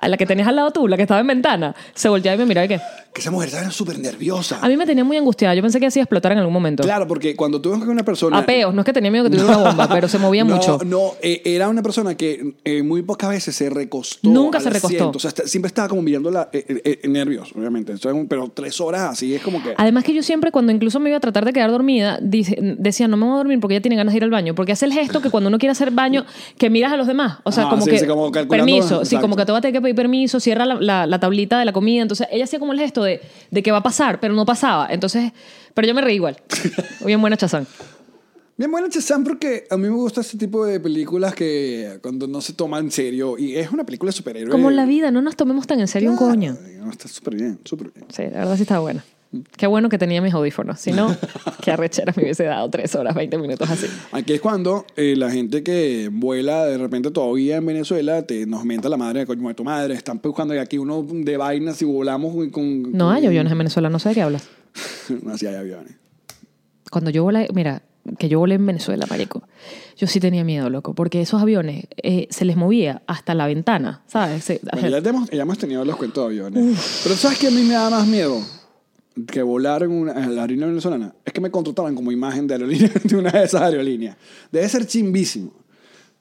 Speaker 2: A la que tenías al lado tú, la que estaba en ventana, se volteaba y me miraba y que...
Speaker 1: Que esa mujer estaba súper nerviosa.
Speaker 2: A mí me tenía muy angustiada. Yo pensé que así iba a explotar en algún momento.
Speaker 1: Claro, porque cuando tú ves que una persona...
Speaker 2: Apeos, no es que tenía miedo que tuviera una bomba, pero se movía
Speaker 1: No,
Speaker 2: mucho.
Speaker 1: No, eh, era una persona que eh, muy pocas veces se recostó.
Speaker 2: Nunca
Speaker 1: al
Speaker 2: se recostó.
Speaker 1: asiento. O sea, está- siempre estaba como mirándola eh, eh, eh, nervios, obviamente. Eso es un- pero tres horas así es como que.
Speaker 2: Además que yo siempre, cuando incluso me iba a tratar de quedar dormida, dice- decía, no me voy a dormir porque ella tiene ganas de ir al baño. Porque hace el gesto que cuando uno quiere hacer baño, que miras a los demás. O sea,
Speaker 1: Ah,
Speaker 2: como
Speaker 1: sí,
Speaker 2: que...
Speaker 1: sí, como calculando-
Speaker 2: permiso. Sí,
Speaker 1: Exacto.
Speaker 2: como que te va a tener que pedir permiso, cierra la, la- la tablita de la comida. Entonces, ella hacía como el gesto de, de que va a pasar, pero no pasaba. Entonces, pero yo me reí igual. Bien buena chazán.
Speaker 1: Bien, bueno, Chazán, porque a mí me gusta ese tipo de películas que cuando no se toma en serio. Y es una película de superhéroes.
Speaker 2: Como en la vida, no nos tomemos tan en serio
Speaker 1: Claro,
Speaker 2: un coño.
Speaker 1: no, está súper bien, súper bien.
Speaker 2: Sí, la verdad sí estaba buena. Qué bueno que tenía mis audífonos. Si no, qué arrechera me hubiese dado tres horas, 20 minutos así.
Speaker 1: Aquí es cuando eh, la gente que vuela de repente todavía en Venezuela te, nos menta la madre, coño de tu madre. Están buscando aquí uno de vainas y volamos con. con-
Speaker 2: No hay aviones en Venezuela, no sé de qué hablas.
Speaker 1: no, sí hay aviones.
Speaker 2: Cuando yo volé, mira, que yo volé en Venezuela, marico, yo sí tenía miedo, loco, porque esos aviones eh, se les movía hasta la ventana, ¿sabes? Se-
Speaker 1: Bueno, ya, te hemos, ya hemos tenido los cuentos de aviones. Pero ¿sabes qué a mí me da más miedo? Que volar en, una, en la aerolínea venezolana. Es que me contrataron como imagen de aerolínea de una de esas aerolíneas. Debe ser chimbísimo.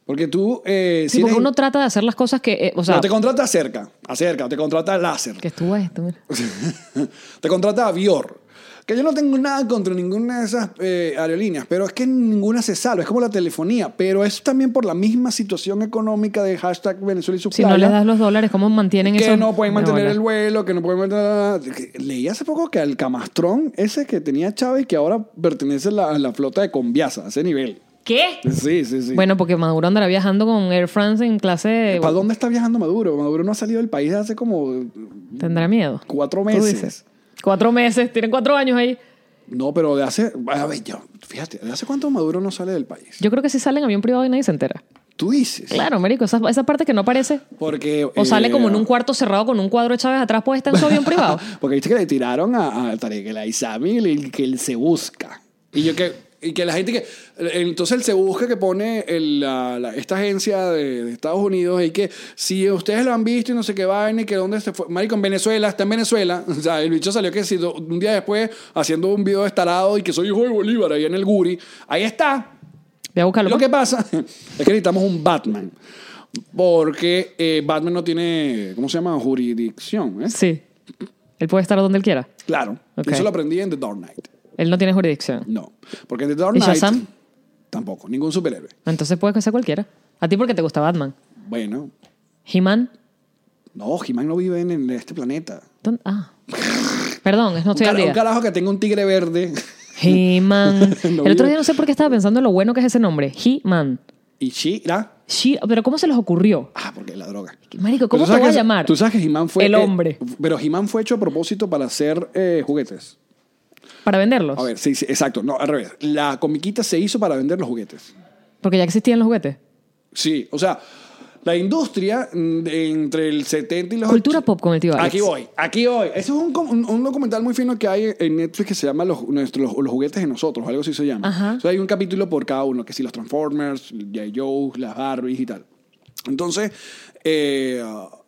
Speaker 1: Porque tú... Eh,
Speaker 2: sí,
Speaker 1: si
Speaker 2: porque
Speaker 1: eres-
Speaker 2: uno trata de hacer las cosas que, eh, o sea,
Speaker 1: no, te contrata cerca, acerca, te contrata láser.
Speaker 2: que estuvo esto, mira.
Speaker 1: te contrata avior. Que yo no tengo nada contra ninguna de esas eh, aerolíneas, pero es que ninguna se salva. Es como la telefonía, pero es también por la misma situación económica de hashtag Venezuela y su
Speaker 2: Si no
Speaker 1: playa.
Speaker 2: les das los dólares, ¿cómo mantienen
Speaker 1: que
Speaker 2: eso?
Speaker 1: no pueden mantener el vuelo, que no pueden mantener... que- Leí hace poco que al camastrón ese que tenía Chávez, que ahora pertenece a la, a la flota de Conviasa, a ese nivel.
Speaker 2: ¿Qué?
Speaker 1: Sí, sí, sí.
Speaker 2: Bueno, eh, porque Maduro andará viajando con Air France en clase de...
Speaker 1: ¿Para dónde está viajando Maduro? Maduro no ha salido del país hace como
Speaker 2: ¿Tendrá miedo?
Speaker 1: cuatro
Speaker 2: Tú
Speaker 1: meses.
Speaker 2: dices. Cuatro meses, tienen cuatro años ahí.
Speaker 1: No, pero de hace... A ver, yo, fíjate, ¿de hace cuánto Maduro no sale del país?
Speaker 2: Yo creo que si salen avión privado y nadie se entera.
Speaker 1: Tú dices.
Speaker 2: Claro, marico, esa, esa parte que no aparece.
Speaker 1: Porque...
Speaker 2: O sale
Speaker 1: eh,
Speaker 2: como en un cuarto cerrado con un cuadro de Chávez atrás puesta en su avión privado.
Speaker 1: Porque viste que le tiraron a, a Tarek el Aizami el que él se busca. Y yo que. Y que la gente que. Entonces él se busca que pone el- la- la- esta agencia de, de Estados Unidos y que si ustedes lo han visto y no sé qué vaina y que dónde se fue. Marico, en Venezuela, está en Venezuela. O sea, el bicho salió que si do- un día después haciendo un video estarado y que soy hijo de Bolívar ahí en el Guri. Ahí está.
Speaker 2: Voy a buscarlo. pues.
Speaker 1: Lo que pasa es que necesitamos un Batman. Porque eh, Batman no tiene. ¿Cómo se llama? Jurisdicción. ¿eh?
Speaker 2: Sí. Él puede estar donde él quiera.
Speaker 1: Claro.
Speaker 2: Ok.
Speaker 1: Eso lo aprendí en The Dark Knight.
Speaker 2: Él no tiene jurisdicción.
Speaker 1: No. Porque en The Dark
Speaker 2: ¿Y
Speaker 1: Knight.
Speaker 2: Shazam?
Speaker 1: Tampoco. Ningún superhéroe.
Speaker 2: Entonces puede ser cualquiera. A ti porque te gusta Batman.
Speaker 1: Bueno.
Speaker 2: He-Man.
Speaker 1: No, He-Man no vive en, en este planeta.
Speaker 2: ¿dónde- Ah. Perdón, es- no
Speaker 1: Un,
Speaker 2: estoy al
Speaker 1: cara- un
Speaker 2: día.
Speaker 1: carajo que tenga un tigre verde
Speaker 2: He-Man.
Speaker 1: No
Speaker 2: El otro
Speaker 1: vive.
Speaker 2: día no sé por qué estaba pensando lo bueno que es ese nombre. He-Man.
Speaker 1: y She-Ra.
Speaker 2: She- Pero ¿cómo se les ocurrió?
Speaker 1: Ah, porque la droga. Pero
Speaker 2: Marico, ¿cómo
Speaker 1: tú
Speaker 2: te
Speaker 1: sabes
Speaker 2: voy a
Speaker 1: que-
Speaker 2: llamar?
Speaker 1: Tú sabes que He-Man fue.
Speaker 2: El
Speaker 1: eh,
Speaker 2: hombre.
Speaker 1: pero He-Man fue hecho a propósito para hacer eh, juguetes.
Speaker 2: Para venderlos.
Speaker 1: A ver, sí, sí, exacto. No, al revés. La comiquita se hizo para vender los juguetes.
Speaker 2: Porque ya existían los juguetes.
Speaker 1: Sí, o sea, la industria mm, entre el 70 y los...
Speaker 2: Cultura
Speaker 1: och-
Speaker 2: pop con el tío Alex.
Speaker 1: Aquí voy, aquí voy. Eso es un, com- un- un documental muy fino que hay en Netflix que se llama Los, nuestros, los, Los juguetes de nosotros, algo así se llama.
Speaker 2: Ajá.
Speaker 1: O sea, hay un capítulo por cada uno, que si los Transformers, G.I. Joe, las Barbies y tal. Entonces, eh,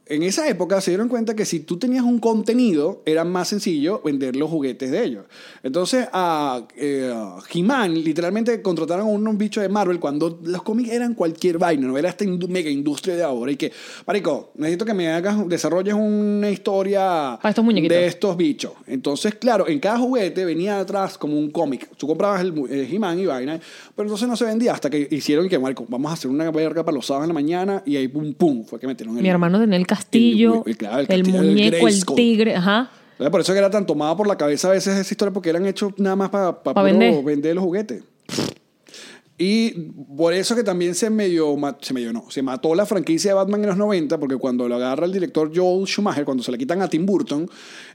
Speaker 1: en esa época se dieron cuenta que si tú tenías un contenido, era más sencillo vender los juguetes de ellos. Entonces, a eh, He-Man literalmente contrataron a unos bichos de Marvel cuando los cómics eran cualquier vaina, no era esta indu- mega industria de ahora. Y que, Marico, necesito que me hagas, desarrolles una historia
Speaker 2: Para estos muñequitos.
Speaker 1: de estos bichos. Entonces, claro, en cada juguete venía atrás como un cómic. Tú comprabas el, mu- el He-Man y vaina, pero entonces no se vendía hasta que hicieron que, Marco, vamos a hacer una verga para los sábados en la mañana y ahí pum, pum, fue que metieron el...
Speaker 2: Mi hermano tenía el castillo,
Speaker 1: el- el- claro, el
Speaker 2: el,
Speaker 1: castillo, el
Speaker 2: muñeco, el,
Speaker 1: Grayskull.
Speaker 2: tigre, ajá.
Speaker 1: Entonces, Por eso que era tan tomada por la cabeza a veces esa historia porque eran hechos nada más para
Speaker 2: Pa' vender.
Speaker 1: vender los juguetes. Y por eso que también se medio, ma- se medio no, se mató la franquicia de Batman en los 90, porque cuando lo agarra el director Joel Schumacher, cuando se la quitan a Tim Burton,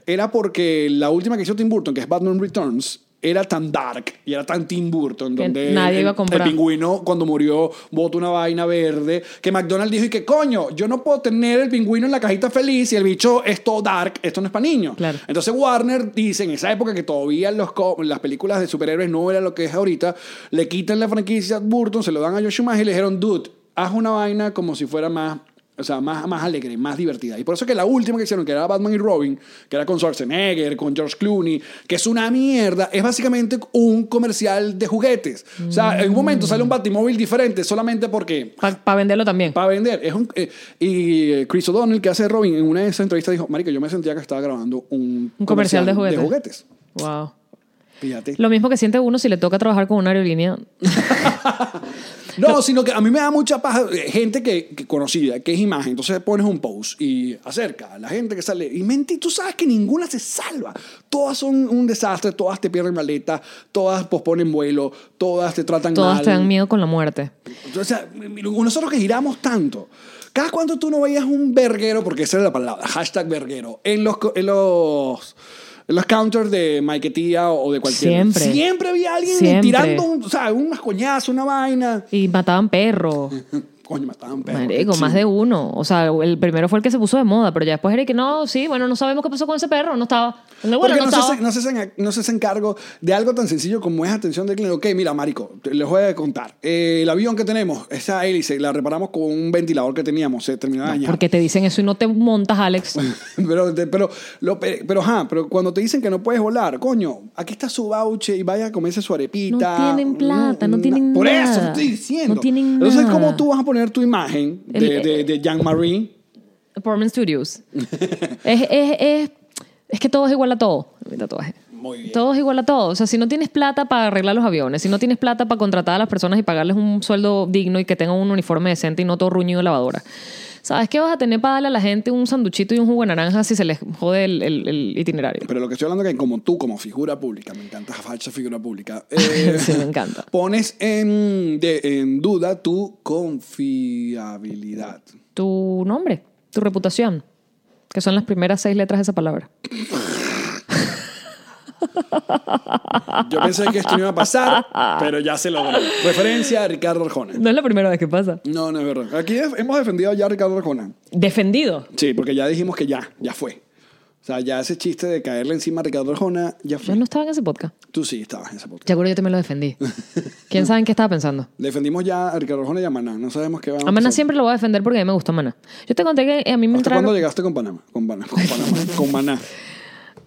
Speaker 1: era porque la última que hizo Tim Burton, que es Batman Returns, era tan dark y era tan Tim Burton,
Speaker 2: Que
Speaker 1: donde
Speaker 2: nadie
Speaker 1: el-
Speaker 2: iba a comprar.
Speaker 1: el pingüino cuando murió botó una vaina verde, que McDonald's dijo y que coño, yo no puedo tener el pingüino en la cajita feliz y el bicho es todo dark, esto no es para niños.
Speaker 2: Claro.
Speaker 1: Entonces Warner dice en esa época que todavía los co- las películas de superhéroes no era lo que es ahorita, le quitan la franquicia a Burton, se lo dan a Josh Schumacher y le dijeron, dude, haz una vaina como si fuera más... O sea, más, más alegre, más divertida. Y por eso que la última que hicieron, que era Batman y Robin, que era con Schwarzenegger, con George Clooney, que es una mierda, es básicamente un comercial de juguetes. O sea, en un momento sale un Batimóvil diferente solamente porque
Speaker 2: Para venderlo también.
Speaker 1: para vender. Es un, eh, y eh, Chris O'Donnell, que hace de Robin, en una de esas entrevistas dijo, marico, yo me sentía que estaba grabando un,
Speaker 2: Un comercial de juguetes". wow.
Speaker 1: Fíjate.
Speaker 2: Lo mismo que siente uno si le toca trabajar con una aerolínea.
Speaker 1: No, sino que a mí me da mucha paja eh, gente que, que conocida, que es imagen. Entonces pones un post y acerca a la gente que sale. Y mentí, tú sabes que ninguna se salva. Todas son un desastre, todas te pierden maleta, todas posponen vuelo, todas te tratan
Speaker 2: Todas
Speaker 1: mal.
Speaker 2: te dan miedo con la muerte.
Speaker 1: O sea, nosotros que giramos tanto. Cada cuánto tú no veías un verguero, porque esa era la palabra, hashtag verguero, en los, co- en los, en los counters de Maiketía o de cualquier.
Speaker 2: Siempre.
Speaker 1: Siempre había alguien
Speaker 2: Siempre.
Speaker 1: tirando un, o sea, unas coñazos, una vaina.
Speaker 2: Y mataban perros.
Speaker 1: Coño, mataban perros.
Speaker 2: Marico,
Speaker 1: Sí.
Speaker 2: más de uno. O sea, el primero fue el que se puso de moda, pero ya después era que no, sí, bueno, no sabemos qué pasó con ese perro, no estaba. Bueno,
Speaker 1: Porque
Speaker 2: no
Speaker 1: no, se
Speaker 2: estaba.
Speaker 1: hacen- no se, hacen- no se hacen cargo de algo tan sencillo como es atención del cliente. Ok, mira, marico, te- les voy a contar. Eh, el avión que tenemos, esa hélice, la reparamos con un ventilador que teníamos, se terminó de dañar.
Speaker 2: Porque te dicen eso y no te montas, Alex.
Speaker 1: pero, te- pero, lo, pe- pero, ajá, pero cuando te dicen que no puedes volar, coño, aquí está su voucher y vaya a comerse su arepita.
Speaker 2: No tienen plata, no
Speaker 1: na-
Speaker 2: tienen
Speaker 1: Por eso te
Speaker 2: nada.
Speaker 1: estoy diciendo.
Speaker 2: No tienen
Speaker 1: Entonces,
Speaker 2: nada.
Speaker 1: ¿cómo tú vas a poner tu imagen de,
Speaker 2: El-
Speaker 1: de, de Jean-Marie?
Speaker 2: Portman Studios. es, es, es, es que todo es igual a todo. Mira, todo es-
Speaker 1: Muy bien.
Speaker 2: Todo es igual a todo. O sea, si no tienes plata para arreglar los aviones, si no tienes plata para contratar a las personas y pagarles un sueldo digno y que tengan un uniforme decente y no todo ruñido de lavadora. ¿Sabes qué vas a tener para darle a la gente un sanduchito y un jugo de naranja si se les jode el, el- el itinerario?
Speaker 1: Pero lo que estoy hablando es que como tú, como figura pública, me encanta esa falsa figura pública. eh,
Speaker 2: Sí, me encanta.
Speaker 1: Pones en, de- en duda tu confiabilidad.
Speaker 2: Tu nombre, tu reputación, que son las primeras seis letras de esa palabra.
Speaker 1: Yo pensé que esto no iba a pasar, pero ya se logró. Referencia a Ricardo Arjona.
Speaker 2: No es la primera vez que pasa.
Speaker 1: No, no es verdad. Aquí es- hemos defendido ya a Ricardo Arjona.
Speaker 2: Defendido.
Speaker 1: Sí, porque ya dijimos que ya, ya fue. O sea, ya ese chiste de caerle encima a Ricardo Arjona, ya
Speaker 2: Yo
Speaker 1: fue.
Speaker 2: no estaba en ese podcast.
Speaker 1: Tú sí estabas en esa podcast.
Speaker 2: Seguro yo también lo defendí. ¿Quién sabe en qué estaba pensando?
Speaker 1: Defendimos ya a Ricardo Arjona y a Maná. No sabemos qué va a
Speaker 2: A Maná
Speaker 1: pasar.
Speaker 2: siempre lo voy a defender porque a mí me gusta Maná. Yo te conté que a mí me
Speaker 1: ¿Hasta cuándo
Speaker 2: entraron
Speaker 1: llegaste con Panamá? Con Panamá, con Panamá, con Maná.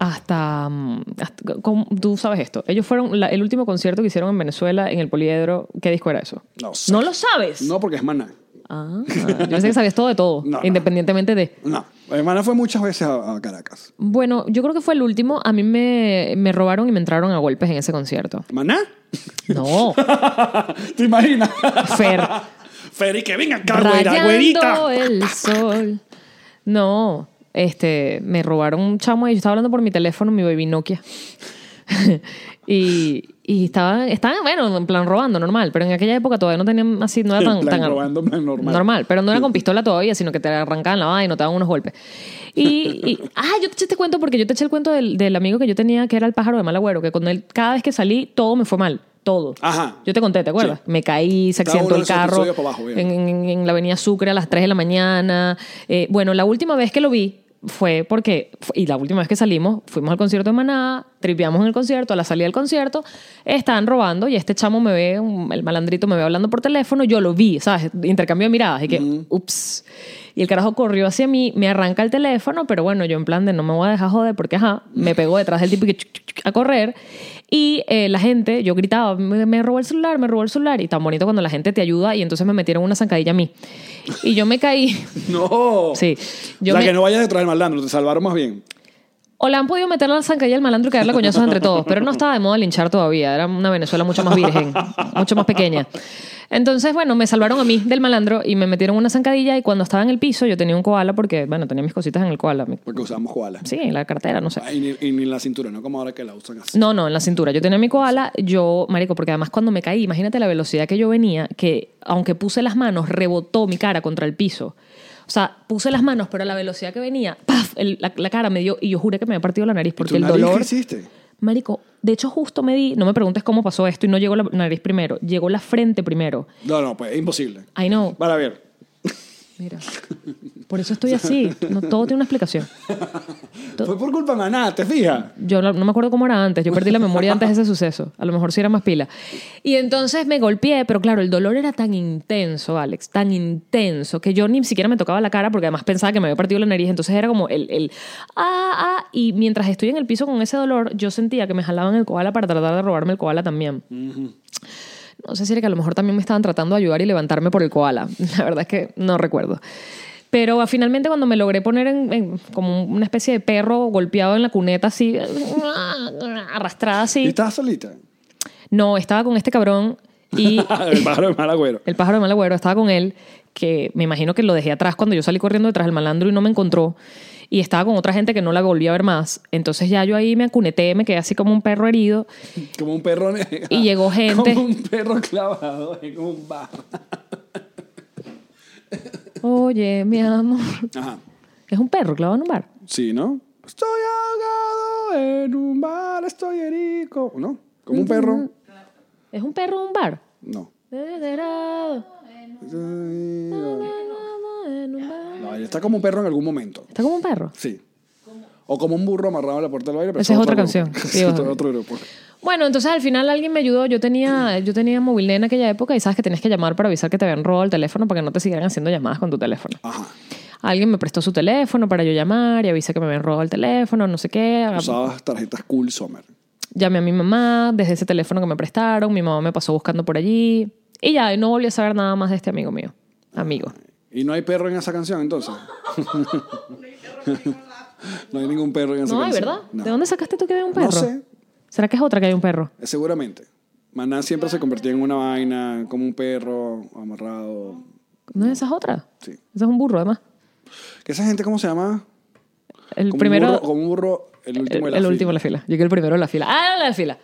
Speaker 2: hasta, mm, hasta- con- tú sabes esto. Ellos fueron la- el último concierto que hicieron en Venezuela en el Poliedro. ¿Qué disco era eso?
Speaker 1: No sé.
Speaker 2: lo sabes.
Speaker 1: No, porque es Maná.
Speaker 2: Ah, yo pensé que sabías todo de todo,
Speaker 1: No, no.
Speaker 2: independientemente de.
Speaker 1: No, eh, Maná fue muchas veces a, a Caracas.
Speaker 2: Bueno, yo creo que fue el último. A mí me, me robaron y me entraron a golpes en ese concierto.
Speaker 1: ¿Maná?
Speaker 2: No,
Speaker 1: ¿Te imaginas?
Speaker 2: Fer.
Speaker 1: Fer y que venga acá, güera,
Speaker 2: Rayando
Speaker 1: güerita.
Speaker 2: el sol. No, este, me robaron un chamo y yo estaba hablando por mi teléfono, mi baby Nokia. y, y estaban, estaban, bueno, en plan robando, normal. Pero en aquella época todavía no tenían así, no era
Speaker 1: En
Speaker 2: tan...
Speaker 1: plan
Speaker 2: tan-
Speaker 1: robando, en plan normal.
Speaker 2: pero no era con pistola todavía, sino que te arrancaban la vaina y no te daban unos golpes. Y, y- ah, yo te eché este cuento porque yo te eché el cuento del, del amigo que yo tenía, que era el pájaro de mal agüero, que con él, cada vez que salí, todo me fue mal. Todo.
Speaker 1: Ajá.
Speaker 2: Yo te conté, ¿te acuerdas?
Speaker 1: Sí.
Speaker 2: Me caí, se
Speaker 1: Cada uno
Speaker 2: accidentó
Speaker 1: de
Speaker 2: el
Speaker 1: esos
Speaker 2: carro
Speaker 1: episodios para abajo, bien.
Speaker 2: en, en, en la avenida Sucre a las 3 de la mañana. Eh, bueno, la última vez que lo vi fue porque, fu- y la última vez que salimos, fuimos al concierto de Maná, tripeamos en el concierto, a la salida del concierto, estaban robando y este chamo me ve, un- el malandrito me ve hablando por teléfono, yo lo vi, ¿sabes? Intercambio de miradas y que, ups. Y el carajo corrió hacia mí, me arranca el teléfono, pero bueno, yo en plan de no me voy a dejar joder porque, ajá, me pegó detrás del tipo y que chuc, chuc, chuc, a correr. Y eh, la gente, yo gritaba, me, me robó el celular, me robó el celular. Y tan bonito cuando la gente te ayuda y entonces me metieron una zancadilla a mí. Y yo me caí.
Speaker 1: No.
Speaker 2: Sí.
Speaker 1: o
Speaker 2: Yo
Speaker 1: sea,
Speaker 2: me-
Speaker 1: que no vayas detrás del malandro, te salvaron más bien.
Speaker 2: O le han podido meter la zancadilla al malandro y quedarle coñazos entre todos, pero no estaba de moda linchar todavía. Era una Venezuela mucho más virgen, mucho más pequeña. Entonces, bueno, me salvaron a mí del malandro y me metieron una zancadilla. Y cuando estaba en el piso, yo tenía un koala porque, bueno, tenía mis cositas en el koala. Mi-
Speaker 1: Porque usamos koala.
Speaker 2: Sí, en la cartera, no sé.
Speaker 1: Ah, Y ni, y ni en la cintura, no como ahora que la usan así.
Speaker 2: No, no, en la cintura. Yo tenía mi koala, yo, marico, porque además cuando me caí, imagínate la velocidad que yo venía, que aunque puse las manos, rebotó mi cara contra el piso. O sea, puse las manos, pero a la velocidad que venía, ¡paf! El- la, la cara me dio, y yo juré que me había partido la nariz, porque
Speaker 1: ¿Y
Speaker 2: el
Speaker 1: tu nariz
Speaker 2: dolor...
Speaker 1: ¿Qué hiciste?
Speaker 2: Marico, de hecho justo me di, no me preguntes cómo pasó esto y no llegó la nariz primero, llegó la frente primero.
Speaker 1: No, no, pues es imposible.
Speaker 2: I know.
Speaker 1: Para ver.
Speaker 2: Mira. Por eso estoy así. No, todo tiene una explicación.
Speaker 1: Fue por culpa de Maná, ¿te fijas?
Speaker 2: Yo no, no me acuerdo cómo era antes. Yo perdí la memoria antes de ese suceso. A lo mejor sí era más pila. Y entonces me golpeé, pero claro, el dolor era tan intenso, Alex, tan intenso, que yo ni siquiera me tocaba la cara porque además pensaba que me había partido la nariz. Entonces era como el, el ah, ah. Y mientras estoy en el piso con ese dolor, yo sentía que me jalaban el koala para tratar de robarme el koala también. No sé si era que a lo mejor también me estaban tratando de ayudar y levantarme por el koala. La verdad es que no recuerdo. Pero ah, finalmente cuando me logré poner en, en- como una especie de perro golpeado en la cuneta así, arrastrada
Speaker 1: ¿Y
Speaker 2: así.
Speaker 1: estabas solita?
Speaker 2: No, estaba con este cabrón y
Speaker 1: el pájaro de mal agüero.
Speaker 2: el pájaro de mal agüero estaba con él, que me imagino que lo dejé atrás cuando yo salí corriendo detrás del malandro y no me encontró. Y estaba con otra gente que no la volví a ver más. Entonces ya yo ahí me acuneté, me quedé así como un perro herido.
Speaker 1: Como un perro negro.
Speaker 2: Y llegó gente.
Speaker 1: Como un perro clavado en un bar.
Speaker 2: Oye, mi amor.
Speaker 1: Ajá.
Speaker 2: Es un perro clavado en un bar.
Speaker 1: Sí, ¿no? Estoy ahogado en un bar, estoy herido. ¿No? Como un perro.
Speaker 2: Es un perro en un bar.
Speaker 1: No.
Speaker 2: Está
Speaker 1: No, él está como un perro en algún momento.
Speaker 2: como un perro.
Speaker 1: Sí. O como un burro amarrado a la puerta del baile. Pero
Speaker 2: Esa
Speaker 1: eso
Speaker 2: es otra
Speaker 1: otro grupo.
Speaker 2: canción.
Speaker 1: Sí,
Speaker 2: Sí,
Speaker 1: otro,
Speaker 2: ojalá.
Speaker 1: otro grupo.
Speaker 2: Bueno, entonces al final alguien me ayudó. Yo tenía, yo tenía móvil en aquella época y sabes que tenías que llamar para avisar que te habían robado el teléfono para que no te siguieran haciendo llamadas con tu teléfono.
Speaker 1: Ajá.
Speaker 2: Alguien me prestó su teléfono para yo llamar y avisé que me habían robado el teléfono, no sé qué.
Speaker 1: Usabas tarjetas Cool Summer.
Speaker 2: Llamé a mi mamá desde ese teléfono que me prestaron. Mi mamá me pasó buscando por allí. Y ya, y no volví a saber nada más de este amigo mío. Amigo.
Speaker 1: ¿Y no hay perro en esa canción entonces? no hay ningún perro en esa
Speaker 2: No hay,
Speaker 1: canción.
Speaker 2: ¿verdad?
Speaker 1: No.
Speaker 2: ¿De dónde sacaste tú que había un perro?
Speaker 1: No sé.
Speaker 2: ¿Será que es otra que hay un perro?
Speaker 1: Eh, Seguramente. Maná siempre se convertía en una vaina, como un perro amarrado.
Speaker 2: ¿No es esa es otra?
Speaker 1: Sí.
Speaker 2: Esa es un burro, además.
Speaker 1: ¿Que esa gente cómo se llama?
Speaker 2: El
Speaker 1: Como un
Speaker 2: primero.
Speaker 1: burro- como un burro, el último
Speaker 2: el
Speaker 1: de la
Speaker 2: el último de
Speaker 1: fila.
Speaker 2: la fila. Llegué el primero de la fila. ¡Ah, la de la fila!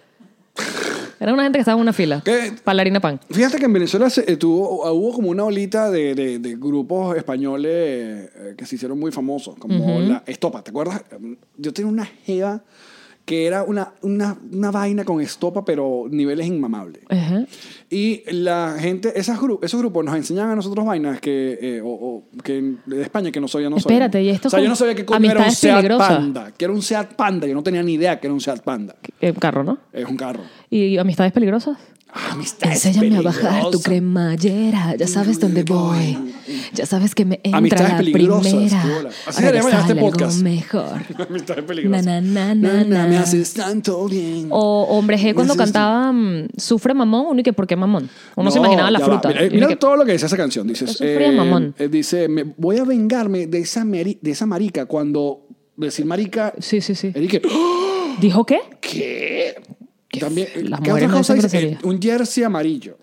Speaker 2: Era una gente que estaba en una fila.
Speaker 1: ¿Qué?
Speaker 2: Palarina pan.
Speaker 1: Fíjate que en Venezuela se- eh, tuvo, ah, hubo como una olita de, de- de grupos españoles eh, que se hicieron muy famosos, como la Estopa, ¿te acuerdas? Yo tenía una jeva que era una, una, una vaina con Estopa, pero niveles inmamables.
Speaker 2: Ajá.
Speaker 1: Y la gente, esas gru- esos grupos nos enseñaban a nosotros vainas que, eh, o, o- que en- de España que no sabía, no sabía.
Speaker 2: Espérate, ¿y esto
Speaker 1: O sea,
Speaker 2: con
Speaker 1: yo no sabía que coño era un
Speaker 2: amistades
Speaker 1: Seat
Speaker 2: peligrosas?
Speaker 1: Panda, que era un Seat Panda, yo no tenía ni idea que era un Seat Panda.
Speaker 2: Eh, carro, ¿no?
Speaker 1: Es un carro.
Speaker 2: ¿Y amistades peligrosas?
Speaker 1: Amistades
Speaker 2: Enséñame a bajar tu
Speaker 1: peligrosas.
Speaker 2: cremallera. Ya sabes dónde voy. Ya sabes que me
Speaker 1: Amistades
Speaker 2: entra la
Speaker 1: peligrosas,
Speaker 2: primera.
Speaker 1: qué bola. Así
Speaker 2: Ahora
Speaker 1: le
Speaker 2: ya
Speaker 1: llaman a este
Speaker 2: sale algo
Speaker 1: podcast.
Speaker 2: mejor.
Speaker 1: Amistades peligrosas.
Speaker 2: Na, na, na, na,
Speaker 1: me
Speaker 2: na.
Speaker 1: haces tanto bien.
Speaker 2: O Hombre G cuando
Speaker 1: Me haces-
Speaker 2: cantaba mm, Sufre mamón, uno y que ¿por qué mamón? Uno se
Speaker 1: No,
Speaker 2: imaginaba la
Speaker 1: ya va.
Speaker 2: fruta.
Speaker 1: Mira, eh,
Speaker 2: y uno
Speaker 1: mira
Speaker 2: que-
Speaker 1: todo lo que dice esa canción. Dices,
Speaker 2: Eso es fría, mamón.
Speaker 1: eh, dice, me- voy a vengarme de esa, meri- de esa marica cuando decir marica,
Speaker 2: Sí, sí, sí.
Speaker 1: Eric,
Speaker 2: ¿Dijo qué?
Speaker 1: ¿qué? También,
Speaker 2: f- las
Speaker 1: ¿qué
Speaker 2: mujeres
Speaker 1: otra
Speaker 2: no
Speaker 1: cosa
Speaker 2: dicen
Speaker 1: dice?
Speaker 2: groserías.
Speaker 1: Eh, un jersey amarillo.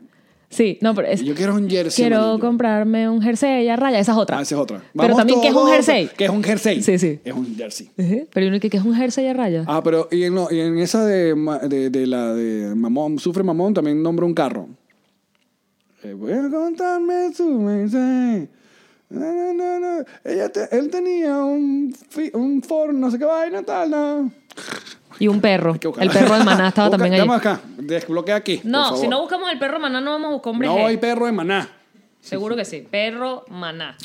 Speaker 2: Sí, no, pero es...
Speaker 1: Yo quiero un jersey
Speaker 2: Quiero
Speaker 1: amarillo.
Speaker 2: comprarme un jersey a raya, esa es otra.
Speaker 1: Ah, esa es otra.
Speaker 2: pero
Speaker 1: Vamos
Speaker 2: también, ¿qué es un
Speaker 1: todos-
Speaker 2: jersey?
Speaker 1: ¿Qué es un jersey?
Speaker 2: Sí, sí.
Speaker 1: Es un jersey.
Speaker 2: Ajá. Pero uno que ¿qué es un jersey a raya?
Speaker 1: Ah, pero y en, lo- y en esa de, ma- de- de la de Mamón, Sufre Mamón, también nombra un carro. Eh, voy a contarme su mensaje. Na, na, na, na. Ella te- él tenía un, fi- un Ford, no sé qué vaina, tal, no.
Speaker 2: Y un perro.
Speaker 1: Hay que buscarla.
Speaker 2: El perro de Maná estaba
Speaker 1: Busca-
Speaker 2: también ahí.
Speaker 1: llama acá, desbloquea aquí. por
Speaker 2: No,
Speaker 1: favor.
Speaker 2: si no buscamos el perro Maná, no vamos a buscar hombre
Speaker 1: No
Speaker 2: G.
Speaker 1: hay perro de Maná.
Speaker 2: Seguro que sí. Perro Maná.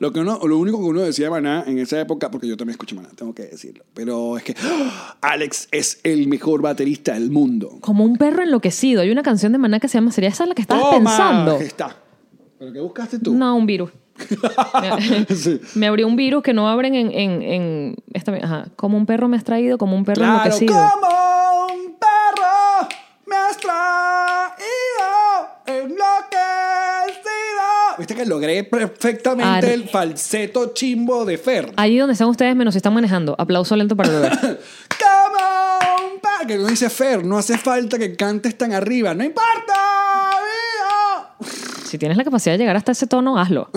Speaker 1: Lo, que uno, lo único que uno decía de Maná en esa época, porque yo también escucho Maná, tengo que decirlo, pero es que ¡ah! Alex es el mejor baterista del mundo.
Speaker 2: Como un perro enloquecido. Hay una canción de Maná que se llama ¿Sería esa la que estabas
Speaker 1: Toma,
Speaker 2: pensando?
Speaker 1: ahí está. ¿Pero qué buscaste tú?
Speaker 2: No, un virus. Me-
Speaker 1: Sí.
Speaker 2: Me abrió un virus que no abren en... en, en esta, ajá. Como un perro me has traído, como un perro
Speaker 1: Claro,
Speaker 2: enloquecido.
Speaker 1: como un perro me has traído enloquecido. ¿Viste que que logré perfectamente
Speaker 2: Ar-
Speaker 1: el falseto chimbo de Fer.
Speaker 2: Allí donde están ustedes menos están manejando. Aplauso lento para beber.
Speaker 1: ¡Come on, pa! Que uno dice Fer, no hace falta que cantes tan arriba. ¡No importa! amigo".
Speaker 2: Si tienes la capacidad de llegar hasta ese tono, hazlo.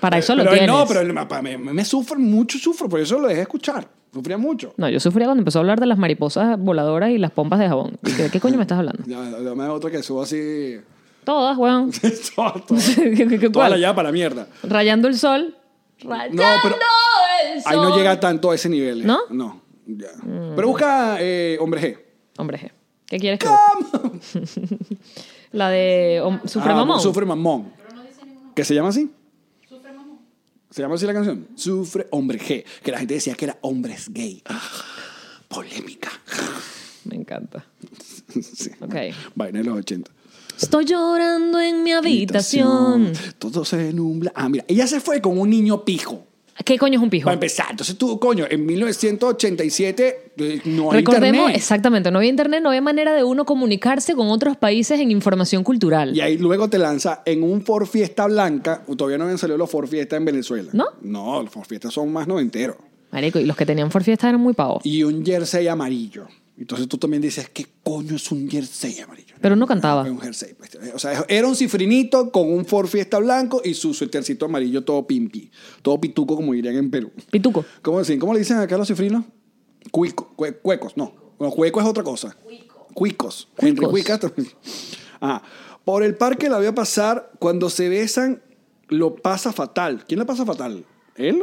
Speaker 2: Para eso lo
Speaker 1: Pero
Speaker 2: tienes.
Speaker 1: No, pero el mapa- me, me sufro mucho, sufro, por eso lo dejé escuchar. Sufría mucho.
Speaker 2: No, yo sufría cuando empezó a hablar de las mariposas voladoras y las pompas de jabón. ¿Y ¿De qué coño me estás hablando?
Speaker 1: Ya, dame otra que subo así.
Speaker 2: Todas, weón.
Speaker 1: todo, todo.
Speaker 2: ¿Qué- qué-
Speaker 1: Toda la
Speaker 2: cuál?
Speaker 1: ya para mierda.
Speaker 2: Rayando el sol. Rayando
Speaker 1: No, pero
Speaker 2: el sol.
Speaker 1: ahí no llega tanto a ese nivel. eh.
Speaker 2: ¿No? Mm.
Speaker 1: No. ya. Pero busca eh, Hombre G.
Speaker 2: Hombre, G. ¿qué quieres que busque? La de hom- Sufre
Speaker 1: Ah,
Speaker 2: Mamón.
Speaker 1: Sufre Mamón. ¿Que se llama así? Sufre Mamón. ¿Se llama así la canción? Sufre Hombre G. Que la gente decía que era hombres gay. Ah, Polémica.
Speaker 2: Me encanta.
Speaker 1: sí.
Speaker 2: Ok.
Speaker 1: Vaina de los 80.
Speaker 2: Estoy llorando en mi habitación.
Speaker 1: Todo se nubla. Ah, mira, ella se fue con un niño pijo.
Speaker 2: ¿Qué coño es un pijo?
Speaker 1: Para empezar, entonces tú, coño, en 1987 eh, no hay
Speaker 2: Recordemos,
Speaker 1: internet.
Speaker 2: exactamente, no había internet, no había manera de uno comunicarse con otros países en información cultural.
Speaker 1: Y ahí luego te lanza en un for fiesta blanca. Todavía no habían salido los for fiesta en Venezuela.
Speaker 2: ¿No?
Speaker 1: No, los for fiestas son más noventeros.
Speaker 2: Marico, y los que tenían for fiesta eran muy pavos.
Speaker 1: Y un jersey amarillo. Entonces tú también dices, ¿qué coño es un jersey amarillo?
Speaker 2: Pero uno cantaba.
Speaker 1: Era un jersey. pues. O sea, era un cifrinito con un for fiesta blanco y su suétercito amarillo todo pimpi. Todo pituco, como dirían en Perú.
Speaker 2: Pituco.
Speaker 1: ¿Cómo, decían? ¿Cómo le dicen acá a los cifrinos? Cuico, cue- cuecos, no. Bueno, cueco es otra cosa. Cuicos. Entre cuicas también. Ajá. Por el parque la veo pasar, cuando se besan, lo pasa fatal. ¿Quién la pasa fatal? ¿Él?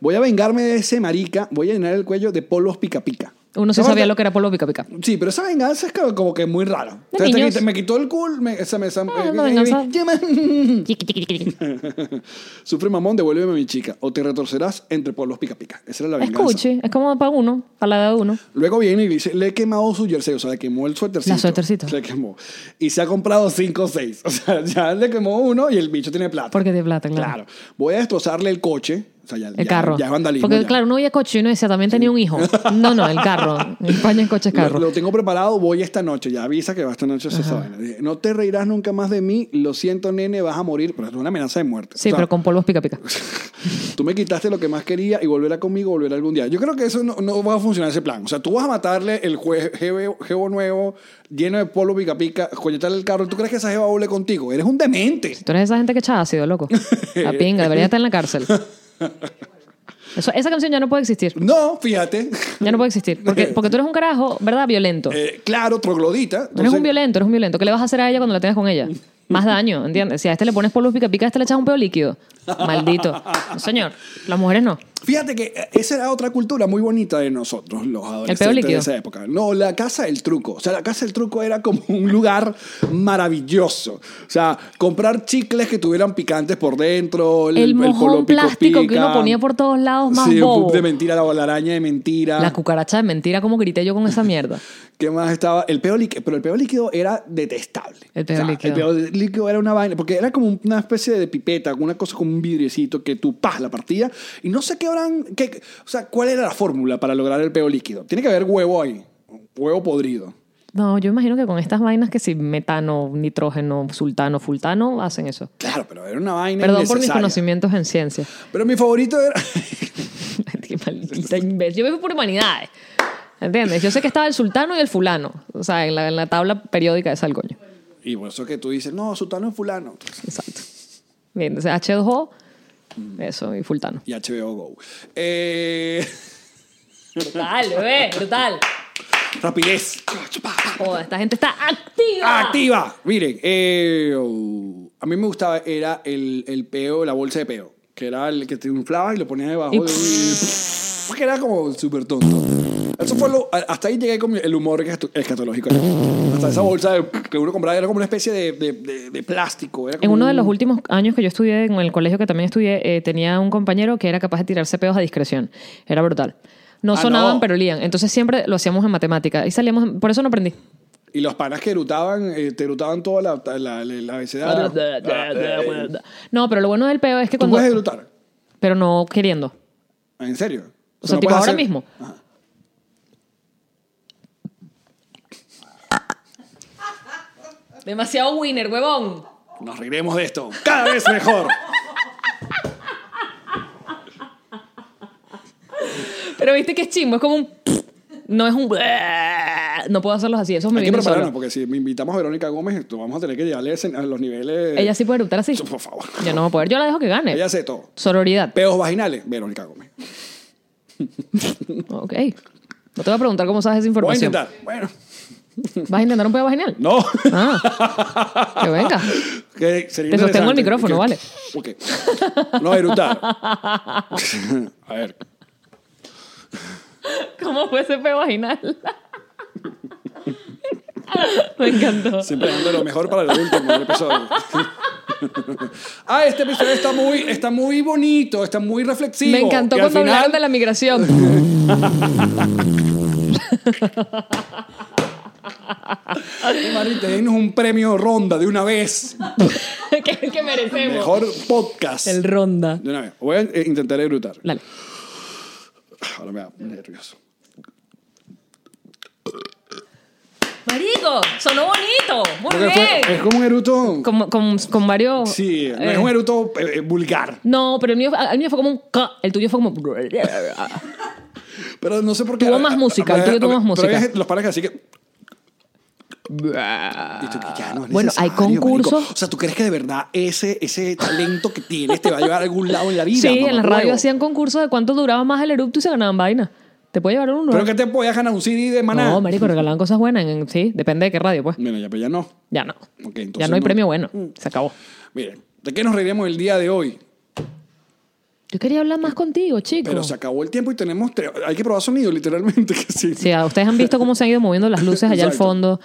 Speaker 1: Voy a vengarme de ese marica, voy a llenar el cuello de polos pica pica.
Speaker 2: Uno sí
Speaker 1: ¿Cómo
Speaker 2: sabía
Speaker 1: te-
Speaker 2: lo que era polvo pica pica.
Speaker 1: Sí, pero esa venganza es como- como que muy rara.
Speaker 2: De
Speaker 1: O sea, te
Speaker 2: niños.
Speaker 1: quita- me quitó el cool, me, esa me, esa-
Speaker 2: Ah, una venganza. Chiqui, chiqui, chiqui, chiqui.
Speaker 1: Sufre mamón, devuélveme a mi chica. O te retorcerás entre polos pica pica. Esa era la venganza.
Speaker 2: Escuche, es como para uno, para la edad de uno.
Speaker 1: Luego viene y dice, le he quemado su jersey, o sea, le quemó el suétercito.
Speaker 2: La suétercito.
Speaker 1: Le quemó. Y se ha comprado cinco o seis. O sea, ya le quemó uno y el bicho tiene plata.
Speaker 2: Porque de plata, claro.
Speaker 1: Claro. Voy a destrozarle el coche. O sea, ya,
Speaker 2: El carro.
Speaker 1: Ya es vandalismo.
Speaker 2: Porque,
Speaker 1: ya.
Speaker 2: claro, uno veía coche y uno decía, también tenía un hijo. No, no, el carro. En España el coche es
Speaker 1: Lo,
Speaker 2: carro.
Speaker 1: lo tengo preparado, voy esta noche. Ya avisa que va esta noche a hacer esa vaina. Dije, No te reirás nunca más de mí. Lo siento, nene, vas a morir. Pero es una amenaza de muerte.
Speaker 2: Sí,
Speaker 1: O sea,
Speaker 2: pero con polvos pica pica.
Speaker 1: Tú me quitaste lo que más quería y volverá conmigo, volverá algún día. Yo creo que eso no, no va a funcionar ese plan. O sea, tú vas a matarle el jue- jeve- jevo nuevo, lleno de polvo pica pica, coñetarle el carro. ¿Tú crees que esa jeva vuelve contigo? Eres un demente.
Speaker 2: Tú eres esa gente que echa ácido, loco. La pinga, debería estar en la cárcel. Eso- esa canción ya no puede existir.
Speaker 1: No, fíjate.
Speaker 2: Ya no puede existir. Porque, porque tú eres un carajo, ¿verdad? Violento.
Speaker 1: Eh, claro, troglodita.
Speaker 2: No eres
Speaker 1: Entonces,
Speaker 2: un violento, eres un violento. ¿Qué le vas a hacer a ella cuando la tengas con ella? Más daño, ¿entiendes? Si a este le pones polvo pica pica, a este le echas un peo líquido. Maldito. No, señor, las mujeres no.
Speaker 1: Fíjate que eh, esa era otra cultura muy bonita de nosotros, los
Speaker 2: pedo
Speaker 1: adolescentes de
Speaker 2: líquido.
Speaker 1: esa época. No, la casa del truco. O sea, la casa del truco era como un lugar maravilloso. O sea, comprar chicles que tuvieran picantes por dentro, el,
Speaker 2: El
Speaker 1: el
Speaker 2: mojón
Speaker 1: polo pico
Speaker 2: plástico que
Speaker 1: pica.
Speaker 2: uno ponía por todos lados, más
Speaker 1: Sí,
Speaker 2: bobo.
Speaker 1: de mentira, la, la araña de mentira.
Speaker 2: La cucaracha de mentira, ¿cómo grité yo con esa mierda?
Speaker 1: ¿Qué más estaba? El peo líquido, pero el peo líquido era detestable.
Speaker 2: El peo líquido.
Speaker 1: El peo líquido era una vaina, porque era como una especie de pipeta, una cosa con un vidriecito que tú pas la partida y no sé qué habrán, qué, o sea, ¿cuál era la fórmula para lograr el peo líquido? Tiene que haber huevo ahí, huevo podrido.
Speaker 2: No, yo imagino que con estas vainas que si metano, nitrógeno, sultano, fultano, hacen eso.
Speaker 1: Claro, pero era una vaina
Speaker 2: Perdón por mis
Speaker 1: innecesaria.
Speaker 2: conocimientos en ciencia.
Speaker 1: Pero mi favorito era
Speaker 2: Qué maldita imbécil. Yo vivo por humanidades. ¿Entiendes? Yo sé que estaba el sultano y el fulano. O sea, en la, en la tabla periódica de Salgoño.
Speaker 1: y por eso que tú dices, "No, sultano es fulano."
Speaker 2: Exacto. Bien, entonces H2O, eso, y fultano.
Speaker 1: Y HBO Go. Eh,
Speaker 2: Brutal, bebé, brutal.
Speaker 1: rapidez.
Speaker 2: Joda, esta gente está activa.
Speaker 1: Ah, ¡Activa! Miren, eh, uh, a mí me gustaba, era el, el peo, la bolsa de peo, que era el que te inflaba y lo ponías debajo.
Speaker 2: Y
Speaker 1: de- porque era como súper tonto. Eso fue lo, a- hasta ahí llegué con mi- el humor escatu- escatológico. Hasta esa bolsa de- que uno compraba era como una especie de, de- de- de plástico. era
Speaker 2: En
Speaker 1: como
Speaker 2: uno de
Speaker 1: un-
Speaker 2: los últimos años que yo estudié, en el colegio que también estudié, eh, tenía un compañero que era capaz de tirarse pedos a discreción. Era brutal. No
Speaker 1: Ah,
Speaker 2: sonaban,
Speaker 1: no.
Speaker 2: pero olían. Entonces siempre lo hacíamos en matemática. Y salíamos, por eso no aprendí.
Speaker 1: Y los panas que erutaban, eh, te erutaban toda la, la, la, la
Speaker 2: Ah,
Speaker 1: abecedario.
Speaker 2: No, pero lo bueno del peo es que
Speaker 1: ¿Tú
Speaker 2: cuando...
Speaker 1: puedes erutar?
Speaker 2: Pero no queriendo.
Speaker 1: ¿En serio?
Speaker 2: O sea,
Speaker 1: no
Speaker 2: tipo,
Speaker 1: puedes
Speaker 2: ahora
Speaker 1: hacer-
Speaker 2: mismo.
Speaker 1: Ajá.
Speaker 2: Demasiado winner, huevón.
Speaker 1: Nos reiremos de esto. Cada vez mejor.
Speaker 2: Pero viste que es chimbo, es como un. No es un. No puedo hacerlos así, eso me
Speaker 1: Hay que
Speaker 2: viene
Speaker 1: prepararnos,
Speaker 2: solo.
Speaker 1: porque si invitamos a Verónica Gómez, esto vamos a tener que llevarle ese- a los niveles.
Speaker 2: Ella sí puede eructar así.
Speaker 1: Por favor.
Speaker 2: Yo no voy a poder, yo la dejo que gane.
Speaker 1: Ella hace todo.
Speaker 2: Sororidad.
Speaker 1: Peos vaginales, Verónica Gómez.
Speaker 2: Ok. No te voy a preguntar cómo sabes esa
Speaker 1: Voy a
Speaker 2: información.
Speaker 1: intentar. Bueno,
Speaker 2: ¿Vas a intentar un pedo vaginal?
Speaker 1: no.
Speaker 2: Ah. Que venga.
Speaker 1: Que sería
Speaker 2: Te sostengo el
Speaker 1: interesante.
Speaker 2: micrófono,
Speaker 1: Que-
Speaker 2: vale.
Speaker 1: Ok. No, eructar. a ver.
Speaker 2: ¿Cómo fue ese pedo vaginal? Me encantó.
Speaker 1: Siempre dando lo mejor para el último del episodio. ah, este episodio está muy, está muy bonito, está muy reflexivo.
Speaker 2: Me encantó
Speaker 1: Que al
Speaker 2: cuando
Speaker 1: final-
Speaker 2: hablaron de la migración.
Speaker 1: Marita, denos un premio ronda de una vez.
Speaker 2: que, que merecemos.
Speaker 1: Mejor podcast.
Speaker 2: El ronda.
Speaker 1: De una vez. Voy a eh, intentar erutar. Ah,
Speaker 2: Dale.
Speaker 1: Ahora me da nervioso.
Speaker 2: Marico, sonó bonito. Muy
Speaker 1: Porque
Speaker 2: bien.
Speaker 1: fue- es como un eruto.
Speaker 2: Con, con, con varios.
Speaker 1: Sí, no
Speaker 2: eh,
Speaker 1: es un eruto eh, eh, vulgar.
Speaker 2: No, pero el mío, el mío fue como un. ca, El tuyo fue como.
Speaker 1: Pero no sé por qué. Ah,
Speaker 2: Tuvo más música, el tuyo tuvo más
Speaker 1: Pero hay
Speaker 2: música.
Speaker 1: gente- los pares que así que. Y tú, ya, no es
Speaker 2: Ah, Bueno, hay
Speaker 1: necesario,
Speaker 2: concursos.
Speaker 1: marico. O sea, ¿tú crees que de verdad ese, ese talento que tienes te va a llevar a algún lado en la vida?
Speaker 2: Sí, en la
Speaker 1: mamahuevo?
Speaker 2: radio hacían concursos de cuánto duraba más el erupto y se ganaban vaina. Te puede llevar a un
Speaker 1: ¿Pero
Speaker 2: lugar.
Speaker 1: que te podías ganar un CD de maná?
Speaker 2: No, marico, regalaban cosas buenas. en- en- sí, depende de qué radio, pues.
Speaker 1: Mira, ya, pero ya no.
Speaker 2: Ya no.
Speaker 1: Ok, entonces
Speaker 2: ya no hay
Speaker 1: no. Mm.
Speaker 2: premio bueno. Se acabó.
Speaker 1: Miren, ¿de qué nos reiremos el día de hoy?
Speaker 2: Yo quería hablar más contigo, chico.
Speaker 1: Pero se acabó el tiempo y tenemos. tre- Hay que probar sonido, literalmente. Que sí.
Speaker 2: Sí, a- ustedes han visto cómo se han ido moviendo las luces allá al
Speaker 1: Exacto.
Speaker 2: fondo,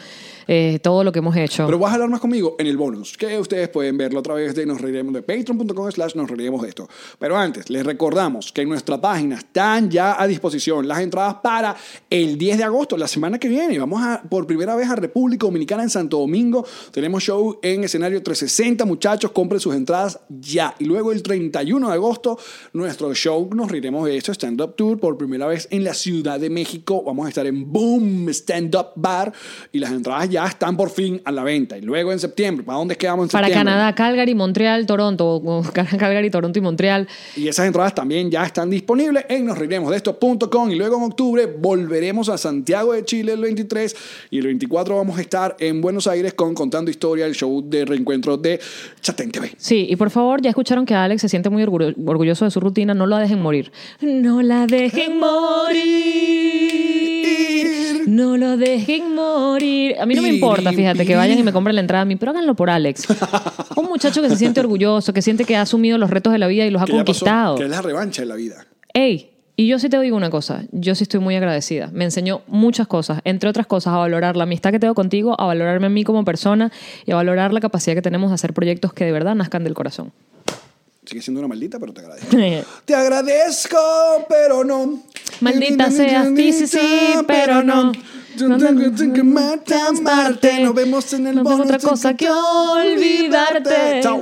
Speaker 2: eh, todo lo que hemos hecho.
Speaker 1: Pero vas a hablar más conmigo en el bonus, que ustedes pueden verlo a través de nos reiremos de patreon.com slash nos reiremos de esto. Pero antes, les recordamos que en nuestra página están ya a disposición las entradas para el 10 de agosto, la semana que viene. Vamos a, por primera vez a República Dominicana en Santo Domingo. Tenemos show en escenario 360, muchachos, compren sus entradas ya. Y luego el 31 de agosto, nuestro show Nos Riremos de Esto, Stand Up Tour, por primera vez en la Ciudad de México. Vamos a estar en Boom Stand Up Bar y las entradas ya están por fin a la venta. Y luego en septiembre, ¿para dónde quedamos en
Speaker 2: Para
Speaker 1: septiembre?
Speaker 2: Canadá, Calgary, Montreal, Toronto. o Cal- Calgary, Toronto y Montreal.
Speaker 1: Y esas entradas también ya están disponibles en nosreiremosdeesto.com y luego en octubre volveremos a Santiago de Chile el 23 y el 24 vamos a estar en Buenos Aires con Contando Historia, el show de reencuentro de Chatén TV.
Speaker 2: Sí, y por favor, ya escucharon que Alex se siente muy orgullo- orgulloso de su rutina. No la dejen morir. No la dejen morir. No lo dejen morir. A mí no me importa, fíjate, que vayan y me compren la entrada a mí, pero háganlo por Alex. Un muchacho que se siente orgulloso, que siente que ha asumido los retos de la vida y los ha
Speaker 1: Que ya pasó,
Speaker 2: conquistado.
Speaker 1: que es la revancha de la vida.
Speaker 2: Ey, y yo sí te digo una cosa, yo sí estoy muy agradecida. Me enseñó muchas cosas, entre otras cosas, a valorar la amistad que tengo contigo, a valorarme a mí como persona y a valorar la capacidad que tenemos de hacer proyectos que de verdad nazcan del corazón.
Speaker 1: Sigue siendo una maldita, pero te agradezco. Te agradezco, pero no.
Speaker 2: Maldita seas, sí, sí, sí, pero no.
Speaker 1: Yo tengo que matarte, amarte. Nos vemos en el
Speaker 2: No tengo
Speaker 1: bonus.
Speaker 2: otra cosa que olvidarte.
Speaker 1: Chao.